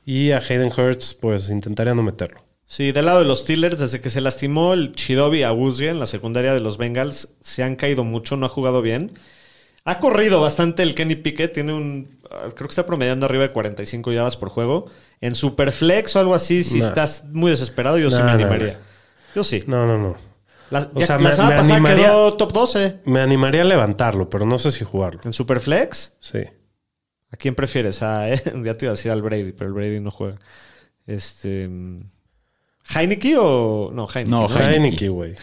Speaker 3: Y a Hayden Hurts, pues intentaría no meterlo.
Speaker 2: sí, del lado de los Steelers, desde que se lastimó el Chidobi Awuzie en la secundaria de los Bengals, se han caído mucho, no ha jugado bien. Ha corrido bastante el Kenny Pickett, tiene un. ah, Creo que está promediando arriba de 45 yardas por juego. En Superflex o algo así, si
Speaker 3: Nah.
Speaker 2: estás muy desesperado, yo sí
Speaker 3: Nah,
Speaker 2: me
Speaker 3: nah,
Speaker 2: animaría.
Speaker 3: nah.
Speaker 2: Yo sí.
Speaker 3: No, no, no.
Speaker 2: La,
Speaker 3: O
Speaker 2: ya-
Speaker 3: sea,
Speaker 2: la
Speaker 3: me-
Speaker 2: semana
Speaker 3: me
Speaker 2: pasada
Speaker 3: animaría-
Speaker 2: quedó top 12
Speaker 3: Me animaría a levantarlo, pero no sé si jugarlo.
Speaker 2: en Superflex.
Speaker 3: Sí.
Speaker 2: ¿A quién prefieres? Ah, eh, ya te iba a decir al Brady, pero el Brady no juega. Este. mm, ¿Heineke o.? No, Heineke.
Speaker 4: No, Heineke.
Speaker 3: Heineke, güey.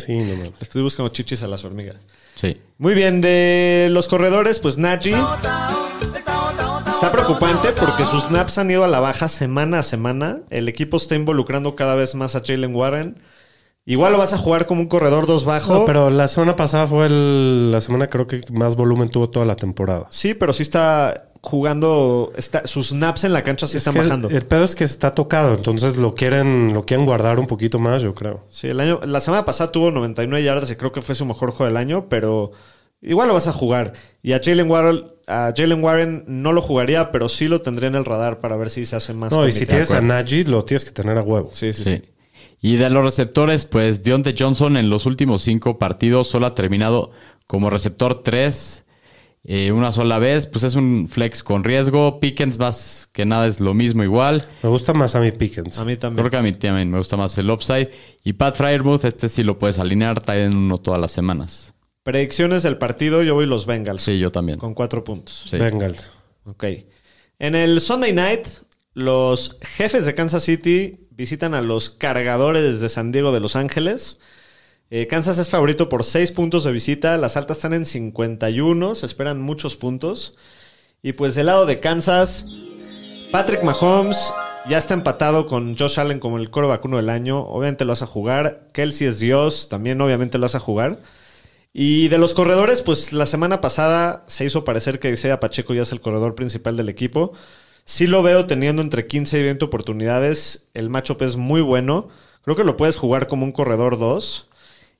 Speaker 3: Sí, no mames.
Speaker 2: Estoy buscando chichis a las hormigas.
Speaker 4: Sí.
Speaker 2: Muy bien, de los corredores, pues Najee. Está preocupante porque sus snaps han ido a la baja semana a semana. El equipo está involucrando cada vez más a Jalen Warren. Igual lo vas a jugar como un corredor dos bajo.
Speaker 3: No, pero la semana pasada fue el- la semana creo que más volumen tuvo toda la temporada.
Speaker 2: Sí, pero sí está jugando. está- sus snaps en la cancha sí
Speaker 3: Es
Speaker 2: están
Speaker 3: que
Speaker 2: bajando.
Speaker 3: El pedo es que está tocado, entonces lo quieren, lo quieren guardar un poquito más, yo creo.
Speaker 2: Sí, el año, la semana pasada tuvo 99 yardas y creo que fue su mejor juego del año, pero igual lo vas a jugar. Y a Jalen Warren, a Jalen Warren no lo jugaría, pero sí lo tendría en el radar para ver si se hace más.
Speaker 3: No, y
Speaker 2: comité.
Speaker 3: si tienes a Najee, lo tienes que tener a huevo.
Speaker 2: Sí, sí, sí.
Speaker 4: Sí. Y de los receptores, pues Deontay Johnson en los últimos cinco partidos solo ha terminado como receptor tres eh, una sola vez. Pues es un flex con riesgo. Pickens más que nada es lo mismo igual.
Speaker 3: Me gusta más a mi Pickens.
Speaker 2: A mí también.
Speaker 4: Creo que a mí también me gusta más el upside. Y Pat Fryermuth, este sí lo puedes alinear, trae en uno todas las semanas.
Speaker 2: Predicciones del partido, yo voy los Bengals.
Speaker 4: Sí, yo también.
Speaker 2: Con cuatro puntos.
Speaker 4: Sí.
Speaker 3: Bengals.
Speaker 2: Ok. En el Sunday Night, los jefes de Kansas City visitan a los cargadores de San Diego de Los Ángeles. Eh, Kansas es favorito por 6 puntos de visita. Las altas están en 51. Se esperan muchos puntos. Y pues del lado de Kansas, Patrick Mahomes ya está empatado con Josh Allen como el coro vacuno del año. Obviamente lo vas a jugar. Kelsey es Dios. También obviamente lo vas a jugar. Y de los corredores, pues la semana pasada se hizo parecer que Isaiah Pacheco ya es el corredor principal del equipo. Sí lo veo teniendo entre 15 y 20 oportunidades. El matchup es muy bueno. Creo que lo puedes jugar como un corredor 2.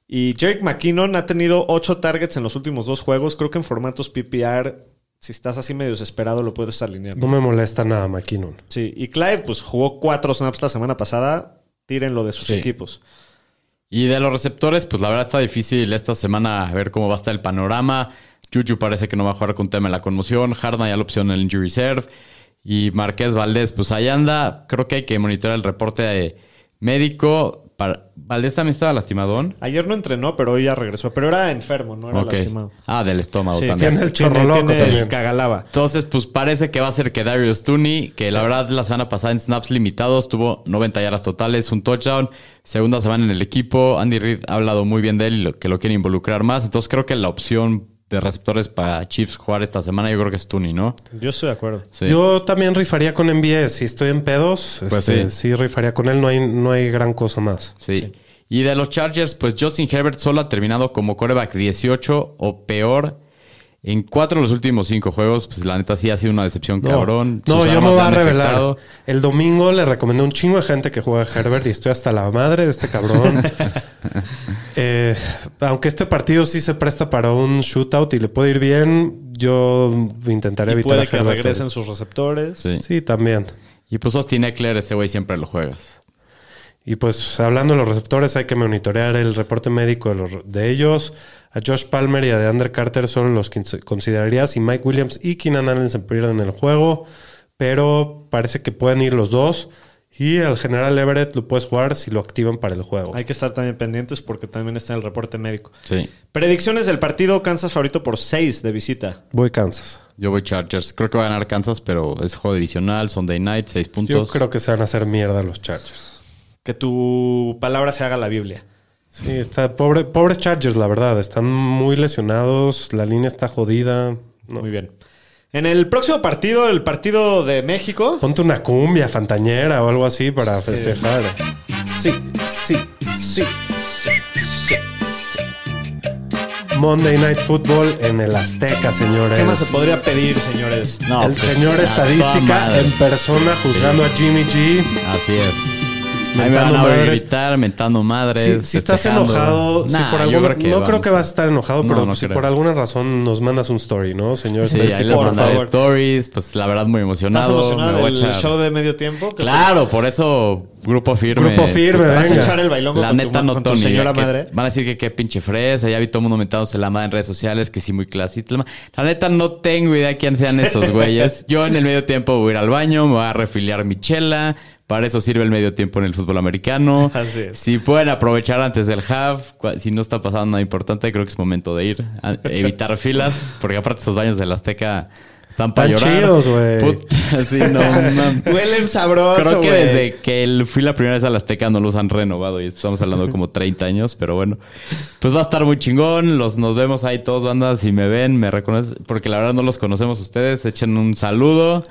Speaker 2: Y Jake McKinnon ha tenido 8 targets en los últimos dos juegos. Creo que en formatos PPR, si estás así medio desesperado, lo puedes alinear.
Speaker 3: No me molesta nada McKinnon.
Speaker 2: Sí, y Clive, pues jugó 4 snaps la semana pasada. Tírenlo de sus
Speaker 4: Sí.
Speaker 2: equipos.
Speaker 4: Y de los receptores, pues la verdad está difícil esta semana ver cómo va a estar el panorama. Juju parece que no va a jugar con tema de la conmoción. Harden ya la opción en el injury reserve. Y Marqués Valdés, pues ahí anda. Creo que hay que monitorear el reporte eh, médico. Para... Valdés también estaba lastimadón.
Speaker 2: Ayer no entrenó, pero hoy ya regresó. Pero era enfermo, no era
Speaker 4: Ok.
Speaker 2: lastimado.
Speaker 4: Ah, del estómago
Speaker 2: Sí,
Speaker 4: también.
Speaker 3: tiene el chorro loco
Speaker 2: tiene
Speaker 3: también.
Speaker 2: El cagalaba.
Speaker 4: Entonces, pues parece que va a ser que Darius Tooney, que la verdad la semana pasada en snaps limitados tuvo 90 yardas totales, un touchdown, segunda semana en el equipo. Andy Reid ha hablado muy bien de él y lo- que lo quiere involucrar más. Entonces, creo que la opción de receptores para Chiefs jugar esta semana, yo creo que es Tooney, ¿no?
Speaker 2: Yo estoy de acuerdo.
Speaker 4: Sí.
Speaker 3: Yo también rifaría con NBA. Si estoy en pedos,
Speaker 4: Pues
Speaker 3: este, sí.
Speaker 4: sí.
Speaker 3: rifaría con él. No hay, no hay gran cosa más.
Speaker 4: Sí. Y de los Chargers, pues Justin Herbert solo ha terminado como coreback 18 o peor en cuatro de los últimos cinco juegos. Pues la neta sí ha sido una decepción,
Speaker 3: No,
Speaker 4: cabrón.
Speaker 3: No,
Speaker 4: Sus
Speaker 3: yo me
Speaker 4: armas
Speaker 3: voy
Speaker 4: le
Speaker 3: a
Speaker 4: han
Speaker 3: revelar.
Speaker 4: afectado.
Speaker 3: El domingo le recomendé a un chingo de gente que juega a Herbert y estoy hasta la madre de este cabrón. Eh, aunque este partido sí se presta para un shootout y le puede ir bien, yo intentaré
Speaker 2: Y
Speaker 3: evitar a
Speaker 2: puede que
Speaker 3: Herbert.
Speaker 2: regresen sus receptores.
Speaker 4: Sí.
Speaker 3: Sí, también.
Speaker 4: Y pues Austin Eckler, ese güey siempre lo juegas.
Speaker 3: Y pues hablando de los receptores, hay que monitorear el reporte médico de, los- de ellos. A Josh Palmer y a DeAndre Carter son los que consideraría si Mike Williams y Keenan Allen se pierden el juego. Pero parece que pueden ir los dos. Y al general Everett lo puedes jugar si lo activan para el juego.
Speaker 2: Hay que estar también pendientes porque también está en el reporte médico.
Speaker 4: Sí.
Speaker 2: Predicciones del partido Kansas favorito por 6 de visita.
Speaker 3: Voy Kansas.
Speaker 4: Yo voy Chargers. Creo que va a ganar Kansas, pero es juego divisional, Sunday night, seis puntos.
Speaker 3: Yo creo que se van a hacer mierda los Chargers.
Speaker 2: Que tu palabra se haga la Biblia.
Speaker 3: Sí, está pobre, pobres Chargers, la verdad. Están muy lesionados. La línea está jodida. No.
Speaker 2: Muy bien. En el próximo partido, el partido de México.
Speaker 3: Ponte una cumbia fantañera o algo así para festejar. Sí, sí, sí, Monday Night Football en el Azteca, señores.
Speaker 2: ¿Qué más se podría pedir, señores?
Speaker 4: No,
Speaker 3: el
Speaker 4: pues,
Speaker 3: señor
Speaker 4: a toda
Speaker 3: estadística
Speaker 4: madre.
Speaker 3: en persona juzgando a Jimmy G.
Speaker 4: Así es. Ahí me
Speaker 3: Mentando
Speaker 4: van a oír
Speaker 3: madres.
Speaker 4: gritar, mentando madres.
Speaker 3: Si, si estás
Speaker 4: festejando.
Speaker 3: enojado, si
Speaker 4: Nah,
Speaker 3: por
Speaker 4: yo
Speaker 3: alguna-
Speaker 4: creo que
Speaker 3: no creo
Speaker 4: vamos
Speaker 3: que vas a estar enojado,
Speaker 4: No,
Speaker 3: pero
Speaker 4: no
Speaker 3: si
Speaker 4: creo.
Speaker 3: por alguna razón nos mandas un story, ¿no, señor
Speaker 4: Sí, ahí
Speaker 3: estadístico?
Speaker 4: les
Speaker 2: por
Speaker 4: mandaré
Speaker 2: favor.
Speaker 4: stories. Pues la verdad, muy
Speaker 2: ¿Estás
Speaker 4: emocionado. me
Speaker 2: emocionado
Speaker 4: voy a
Speaker 2: del
Speaker 4: echar-
Speaker 2: show de medio tiempo? ¿Qué
Speaker 4: Claro, por eso, Grupo Firme.
Speaker 3: Grupo Firme,
Speaker 2: te- ¿Vas a
Speaker 3: venga.
Speaker 2: echar el bailongo
Speaker 4: La
Speaker 2: con,
Speaker 4: neta
Speaker 2: tu,
Speaker 4: no,
Speaker 2: con tu
Speaker 4: Tony.
Speaker 2: señora
Speaker 4: que
Speaker 2: madre?
Speaker 4: Van a decir que qué pinche fresa. Ya vi todo el mundo mentándose la madre en redes sociales, que sí, muy clasista. La neta no tengo idea quién sean esos güeyes. Yo en el medio tiempo voy a ir al baño, me voy a refiliar mi chela. Para eso sirve el medio tiempo en el fútbol americano.
Speaker 2: Así es.
Speaker 4: Si pueden aprovechar antes del half, cua- si no está pasando nada importante, creo que es momento de ir. a- evitar filas, porque aparte esos baños del Azteca Están para
Speaker 3: Están
Speaker 4: llorar.
Speaker 3: chidos, güey.
Speaker 4: Puta, sí, no mames.
Speaker 2: Huelen sabroso,
Speaker 4: Creo que
Speaker 2: güey.
Speaker 4: desde que el- fui la primera vez a la Azteca no los han renovado y estamos hablando de como 30 años, pero bueno. Pues va a estar muy chingón. Los, nos vemos ahí todos, bandas. Si me ven, me reconocen, porque la verdad no los conocemos ustedes. Echen un saludo.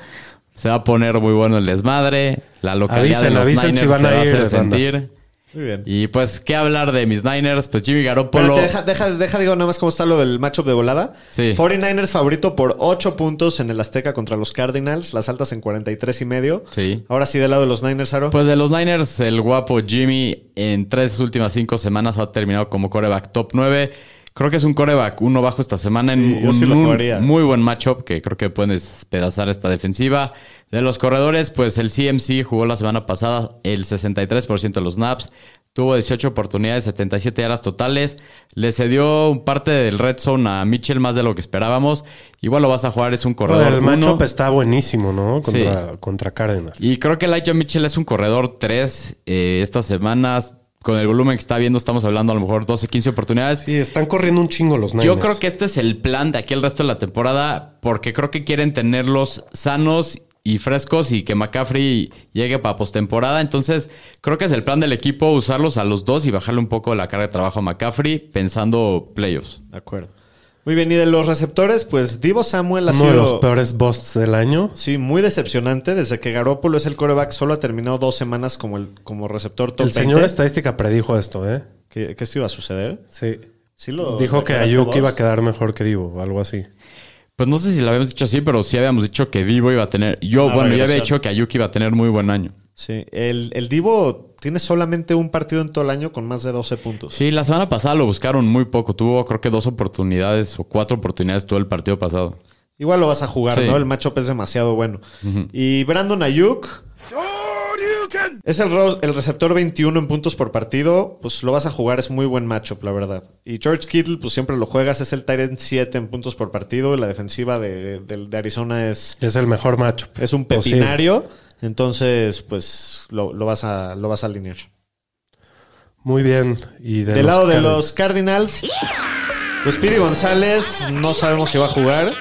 Speaker 4: Se va a poner muy bueno el desmadre. La localidad
Speaker 3: Avisen,
Speaker 4: de los
Speaker 3: avisen si
Speaker 4: Niners
Speaker 3: van
Speaker 4: se
Speaker 3: a
Speaker 4: va a
Speaker 3: ir,
Speaker 4: hacer
Speaker 3: banda.
Speaker 4: sentir.
Speaker 2: Muy bien.
Speaker 4: Y pues, ¿qué hablar de mis Niners? Pues Jimmy Garoppolo.
Speaker 2: Espérate, deja, deja, deja, digo nada más cómo está lo del matchup de volada.
Speaker 4: Sí.
Speaker 2: 49ers favorito por 8 puntos en el Azteca contra los Cardinals, las altas en 43 y medio.
Speaker 4: Sí.
Speaker 2: Ahora sí, del lado de los Niners, Aro.
Speaker 4: Pues de los Niners, el guapo Jimmy en tres últimas cinco semanas ha terminado como coreback top 9. Creo que es un coreback uno bajo esta semana
Speaker 2: Sí,
Speaker 4: en
Speaker 2: yo
Speaker 4: un,
Speaker 2: sí lo
Speaker 4: un
Speaker 2: jugaría.
Speaker 4: muy buen matchup que creo que pueden despedazar esta defensiva. De los corredores, pues el CMC jugó la semana pasada el 63% de los snaps. Tuvo 18 oportunidades, 77 yardas totales. Le cedió un parte del red zone a Mitchell más de lo que esperábamos. Igual lo vas a jugar, es un corredor.
Speaker 3: el
Speaker 4: uno.
Speaker 3: matchup está buenísimo, ¿no? Contra, contra Cárdenas.
Speaker 4: Y creo que Elijah Mitchell es un corredor 3 estas semanas. Con el volumen que está viendo, estamos hablando a lo mejor 12, 15 oportunidades.
Speaker 3: Sí, están corriendo un chingo los Niners.
Speaker 4: Yo creo que este es el plan de aquí el resto de la temporada, porque creo que quieren tenerlos sanos y frescos y que McCaffrey llegue para postemporada. Entonces, creo que es el plan del equipo usarlos a los dos y bajarle un poco la carga de trabajo a McCaffrey pensando playoffs.
Speaker 2: De acuerdo. Muy bien, y de los receptores, pues Divo Samuel ha
Speaker 3: Uno
Speaker 2: sido...
Speaker 3: de los peores busts del año.
Speaker 2: Sí, muy decepcionante. Desde que Garópolo es el coreback, solo ha terminado dos semanas como, el, como receptor top
Speaker 3: El señor
Speaker 2: 20.
Speaker 3: estadística predijo esto, ¿eh?
Speaker 2: ¿Qué, qué esto iba a suceder?
Speaker 3: Sí.
Speaker 2: Sí lo
Speaker 3: Dijo que
Speaker 2: declaraste
Speaker 3: Ayuk
Speaker 2: vos.
Speaker 3: iba a quedar mejor que Divo, o algo así.
Speaker 4: Pues no sé si lo habíamos dicho así, pero sí habíamos dicho que Divo iba a tener. Yo,
Speaker 2: Una
Speaker 4: bueno, yo había
Speaker 2: regresión.
Speaker 4: dicho que Ayuki iba a tener muy buen año.
Speaker 2: Sí, el, el Divo tiene solamente un partido en todo el año con más de 12 puntos.
Speaker 4: Sí, la semana pasada lo buscaron muy poco. Tuvo creo que dos oportunidades o cuatro oportunidades todo el partido pasado.
Speaker 2: Igual lo vas a jugar,
Speaker 4: Sí.
Speaker 2: ¿no? El matchup es demasiado bueno. Y Brandon Ayuk. Es el, ro- el receptor 21 en puntos por partido. Pues lo vas a jugar, es muy buen matchup, la verdad. Y George Kittle, pues siempre lo juegas, es el Tyrant 7 en puntos por partido. Y la defensiva de, de- de Arizona es,
Speaker 3: Es el mejor macho.
Speaker 2: es un pepinario. Entonces, pues lo, lo vas a, lo vas a alinear.
Speaker 3: Muy bien. Y de
Speaker 2: Del
Speaker 3: los
Speaker 2: lado de
Speaker 3: Cardinals.
Speaker 2: los Cardinals, pues Pidi González, no sabemos si va a jugar.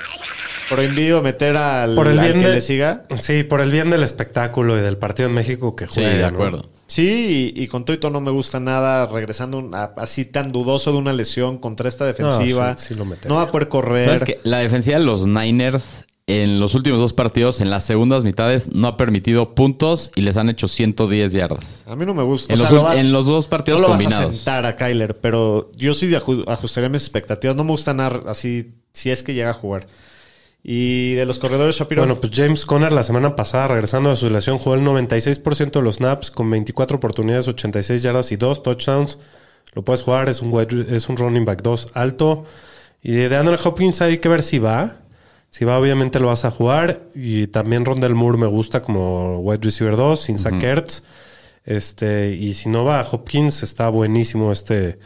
Speaker 2: Prohibido meter al,
Speaker 3: Por el
Speaker 2: al
Speaker 3: bien
Speaker 2: que
Speaker 3: de-
Speaker 2: le siga.
Speaker 3: Sí, por el bien del espectáculo y del partido en México que
Speaker 4: Sí,
Speaker 3: juega.
Speaker 4: de
Speaker 3: ¿no?
Speaker 4: acuerdo.
Speaker 2: Sí, y, y con Toito no me gusta nada regresando un- a- así tan dudoso de una lesión contra esta defensiva.
Speaker 3: No,
Speaker 2: No,
Speaker 3: sí- sí lo metería.
Speaker 2: va a poder correr.
Speaker 4: ¿Sabes qué? La defensiva de los Niners en los últimos dos partidos, en las segundas mitades, no ha permitido puntos y les han hecho 110 yardas.
Speaker 2: A mí no me gusta.
Speaker 4: En,
Speaker 2: O sea,
Speaker 4: los,
Speaker 2: lo vas-
Speaker 4: en los dos
Speaker 2: no
Speaker 4: partidos
Speaker 2: lo vas a
Speaker 4: combinados.
Speaker 2: sentar a Kyler, pero yo sí aju- ajustaría mis expectativas. No me gusta nada así si es que llega a jugar. Y de los corredores Shapiro.
Speaker 3: Bueno, pues James Conner la semana pasada, regresando de su lesión, jugó el 96% de los snaps con 24 oportunidades, 86 yardas y 2 touchdowns. Lo puedes jugar, es un, wide- es un running back 2 alto. Y de Andrew Hopkins hay que ver si va. Si va, obviamente lo vas a jugar. Y también Rondell Moore me gusta como wide receiver 2, sin sack Ertz. Este, y si no va, Hopkins está buenísimo este,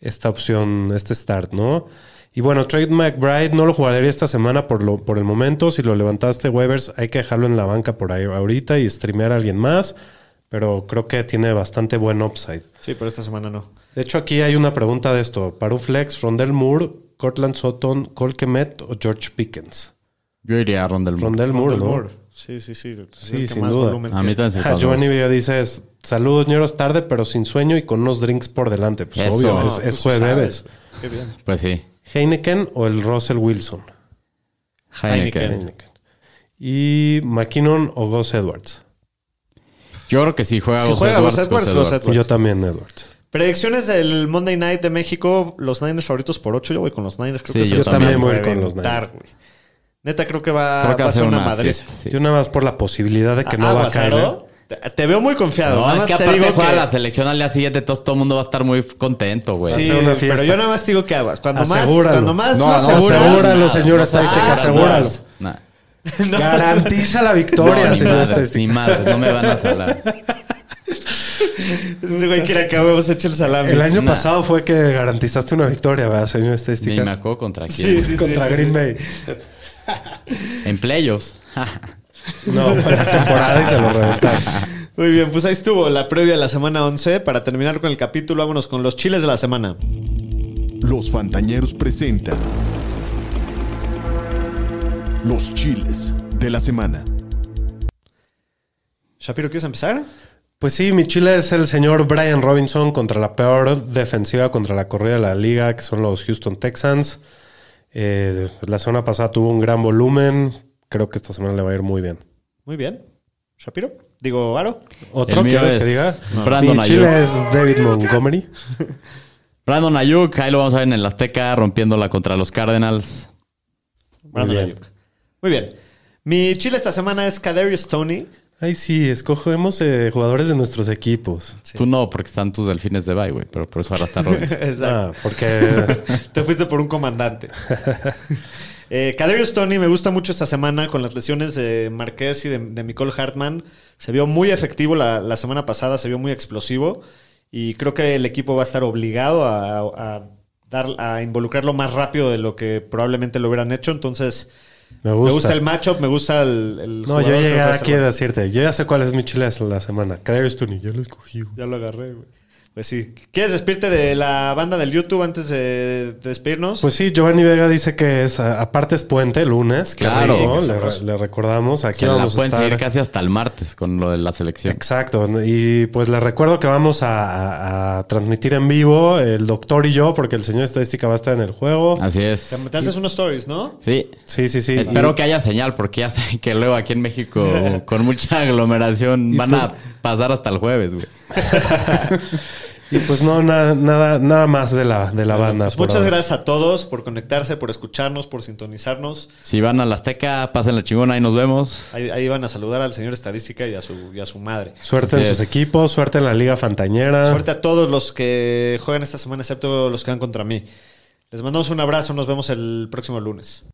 Speaker 3: esta opción, este start, ¿no? Y bueno, Trade McBride no lo jugaría esta semana por, lo, por el momento. Si lo levantaste, Webers, hay que dejarlo en la banca por ahí ahorita y streamear a alguien más. Pero creo que tiene bastante buen upside.
Speaker 2: Sí, pero esta semana no.
Speaker 3: De hecho, aquí hay una pregunta de esto. Paru Flex, Rondell Moore, Cortland Sutton, Cole Kemet o George Pickens.
Speaker 4: Yo iría a Rondell Moore.
Speaker 3: Rondell Moore, ¿no?
Speaker 2: Sí, sí, sí.
Speaker 3: Sí, sin duda.
Speaker 4: A mí también se
Speaker 3: Ja,
Speaker 4: pasó.
Speaker 3: Giovanni Vega dice, es, saludos, ñeros, tarde, pero sin sueño y con unos drinks por delante. Pues
Speaker 4: Eso.
Speaker 2: Ah,
Speaker 3: obvio, es, es jueves.
Speaker 2: Qué bien.
Speaker 4: Pues sí,
Speaker 3: ¿Heineken o el Russell Wilson?
Speaker 4: Heineken.
Speaker 2: Heineken.
Speaker 3: Heineken. ¿Y McKinnon o Gus Edwards?
Speaker 4: Yo creo que sí juega
Speaker 2: Si
Speaker 4: Gus
Speaker 2: juega Gus
Speaker 4: Edwards,
Speaker 2: Edwards,
Speaker 4: Gus
Speaker 2: Gus
Speaker 4: Edwards.
Speaker 2: Edwards.
Speaker 3: Yo también Edwards.
Speaker 2: Predicciones del Monday Night de México, los Niners favoritos por 8. Yo voy con los Niners. Creo
Speaker 4: Sí,
Speaker 2: que se
Speaker 4: yo
Speaker 2: los van
Speaker 4: también
Speaker 2: a
Speaker 3: voy con los
Speaker 2: reventar,
Speaker 3: Niners.
Speaker 2: güey. Neta, creo que va,
Speaker 4: Creo que
Speaker 2: va
Speaker 4: va a ser una, madriz.
Speaker 2: madriz.
Speaker 3: Yo nada más por la posibilidad de que no va a
Speaker 2: Ah, Aguas,
Speaker 3: caer. ¿eh?
Speaker 2: Aro. Te, te veo muy confiado.
Speaker 4: No,
Speaker 2: Nada
Speaker 4: es
Speaker 2: más
Speaker 4: que
Speaker 2: te
Speaker 4: aparte
Speaker 2: digo
Speaker 4: juega
Speaker 2: que-
Speaker 4: la selección al día siguiente, entonces todo el mundo va a estar muy contento, güey.
Speaker 2: Sí,
Speaker 3: Hacer una
Speaker 2: pero
Speaker 3: fiesta.
Speaker 2: yo nada más te digo que aguas. Cuando más,
Speaker 3: Asegúralo.
Speaker 2: cuando más
Speaker 3: No,
Speaker 2: lo
Speaker 3: no,
Speaker 2: aseguras-
Speaker 3: asegúralo,
Speaker 2: Nada,
Speaker 3: señor
Speaker 2: no
Speaker 3: estadística,
Speaker 2: aseguras.
Speaker 3: asegúralo.
Speaker 4: Nah.
Speaker 3: Garantiza la
Speaker 4: No,
Speaker 3: victoria,
Speaker 4: ni,
Speaker 3: señor
Speaker 4: madre,
Speaker 3: estadística.
Speaker 4: ni madre, no me van a salar.
Speaker 2: Este güey quiere que acabemos hecho el salami.
Speaker 3: El año
Speaker 4: Nah.
Speaker 3: pasado fue que garantizaste una victoria, ¿verdad, señor
Speaker 4: Ni
Speaker 3: estadística?
Speaker 4: me acuerdo contra quién.
Speaker 2: Sí, sí, sí,
Speaker 3: Contra
Speaker 2: sí, sí.
Speaker 3: Green Bay.
Speaker 4: En playoffs.
Speaker 3: No, fue la temporada y se lo reventaron.
Speaker 2: Muy bien, pues ahí estuvo la previa de la semana 11. Para terminar con el capítulo, vámonos con los chiles de la semana.
Speaker 1: Los Fantañeros presentan los chiles de la semana.
Speaker 2: Shapiro, ¿quieres empezar?
Speaker 3: Pues sí, mi chile es el señor Brian Robinson contra la peor defensiva contra la corrida de la liga, que son los Houston Texans. Eh, la semana pasada tuvo un gran volumen. Creo que esta semana le va a ir muy bien.
Speaker 2: Muy bien. Shapiro. Digo, Aro.
Speaker 3: ¿Otro
Speaker 4: El mío
Speaker 3: quieres
Speaker 4: es
Speaker 3: que diga?
Speaker 4: Brandon
Speaker 3: mi chile
Speaker 4: Ayuk.
Speaker 3: es David Montgomery.
Speaker 4: Brandon Ayuk, ahí lo vamos a ver en el Azteca, rompiéndola contra los Cardinals.
Speaker 2: Brandon
Speaker 3: bien.
Speaker 2: Ayuk. Muy bien. Mi chile esta semana es Kadarius Tony.
Speaker 3: Ay, sí, escogemos eh, jugadores de nuestros equipos.
Speaker 4: Tú no, porque están tus delfines de bye, güey. Pero por eso ahora está Robinson.
Speaker 3: Ah, porque
Speaker 2: Te fuiste por un comandante. Eh, Kadarius Tony me gusta mucho esta semana con las lesiones de Marqués y de, de Nicole Hartman. Se vio muy efectivo la, la semana pasada, se vio muy explosivo y creo que el equipo va a estar obligado a, a dar, a involucrarlo más rápido de lo que probablemente lo hubieran hecho. Entonces,
Speaker 3: me
Speaker 2: me gusta,
Speaker 3: gusta.
Speaker 2: el matchup, me gusta el... el
Speaker 3: no,
Speaker 2: jugador,
Speaker 3: yo
Speaker 2: creo que
Speaker 3: llegué
Speaker 2: va a ser
Speaker 3: aquí a
Speaker 2: bueno.
Speaker 3: decirte. Yo ya sé cuál es mi chile de la semana. Kadarius Tuni, yo lo escogí. güey.
Speaker 2: Ya lo agarré, güey. Pues sí. ¿Quieres despedirte de la banda del YouTube antes de, de despedirnos?
Speaker 3: Pues sí, Giovanni Vega dice que es, a- aparte es puente, lunes. que
Speaker 4: Claro.
Speaker 3: rico,
Speaker 2: Sí, qué
Speaker 3: le,
Speaker 2: sabroso.
Speaker 3: le recordamos. Aquí
Speaker 4: Que la
Speaker 3: vamos a
Speaker 4: pueden seguir
Speaker 3: estar.
Speaker 4: casi hasta el martes con lo de la selección.
Speaker 3: Exacto. Y pues les recuerdo que vamos a, a- a transmitir en vivo el doctor y yo, porque el señor estadística va a estar en el juego.
Speaker 4: Así es.
Speaker 2: te haces unos stories, ¿no?
Speaker 4: Sí.
Speaker 3: Sí, sí, sí.
Speaker 4: Espero
Speaker 3: Y-
Speaker 4: que haya señal, porque ya saben que luego aquí en México, con mucha aglomeración, van
Speaker 3: pues-
Speaker 4: a pasar hasta el jueves, güey.
Speaker 3: Y pues no, na- nada, nada más de la, de la banda.
Speaker 2: Pues
Speaker 3: por
Speaker 2: muchas
Speaker 3: ahora.
Speaker 2: gracias a todos por conectarse, por escucharnos, por sintonizarnos.
Speaker 4: Si van a la Azteca, pasen la chingona y nos vemos.
Speaker 2: Ahí, ahí van a saludar al señor estadística y a su, y a su madre.
Speaker 3: Suerte en
Speaker 4: Así
Speaker 3: sus
Speaker 4: es.
Speaker 3: equipos, suerte en la Liga Fantañera.
Speaker 2: Suerte a todos los que juegan esta semana, excepto los que van contra mí. Les mandamos un abrazo, nos vemos el próximo lunes.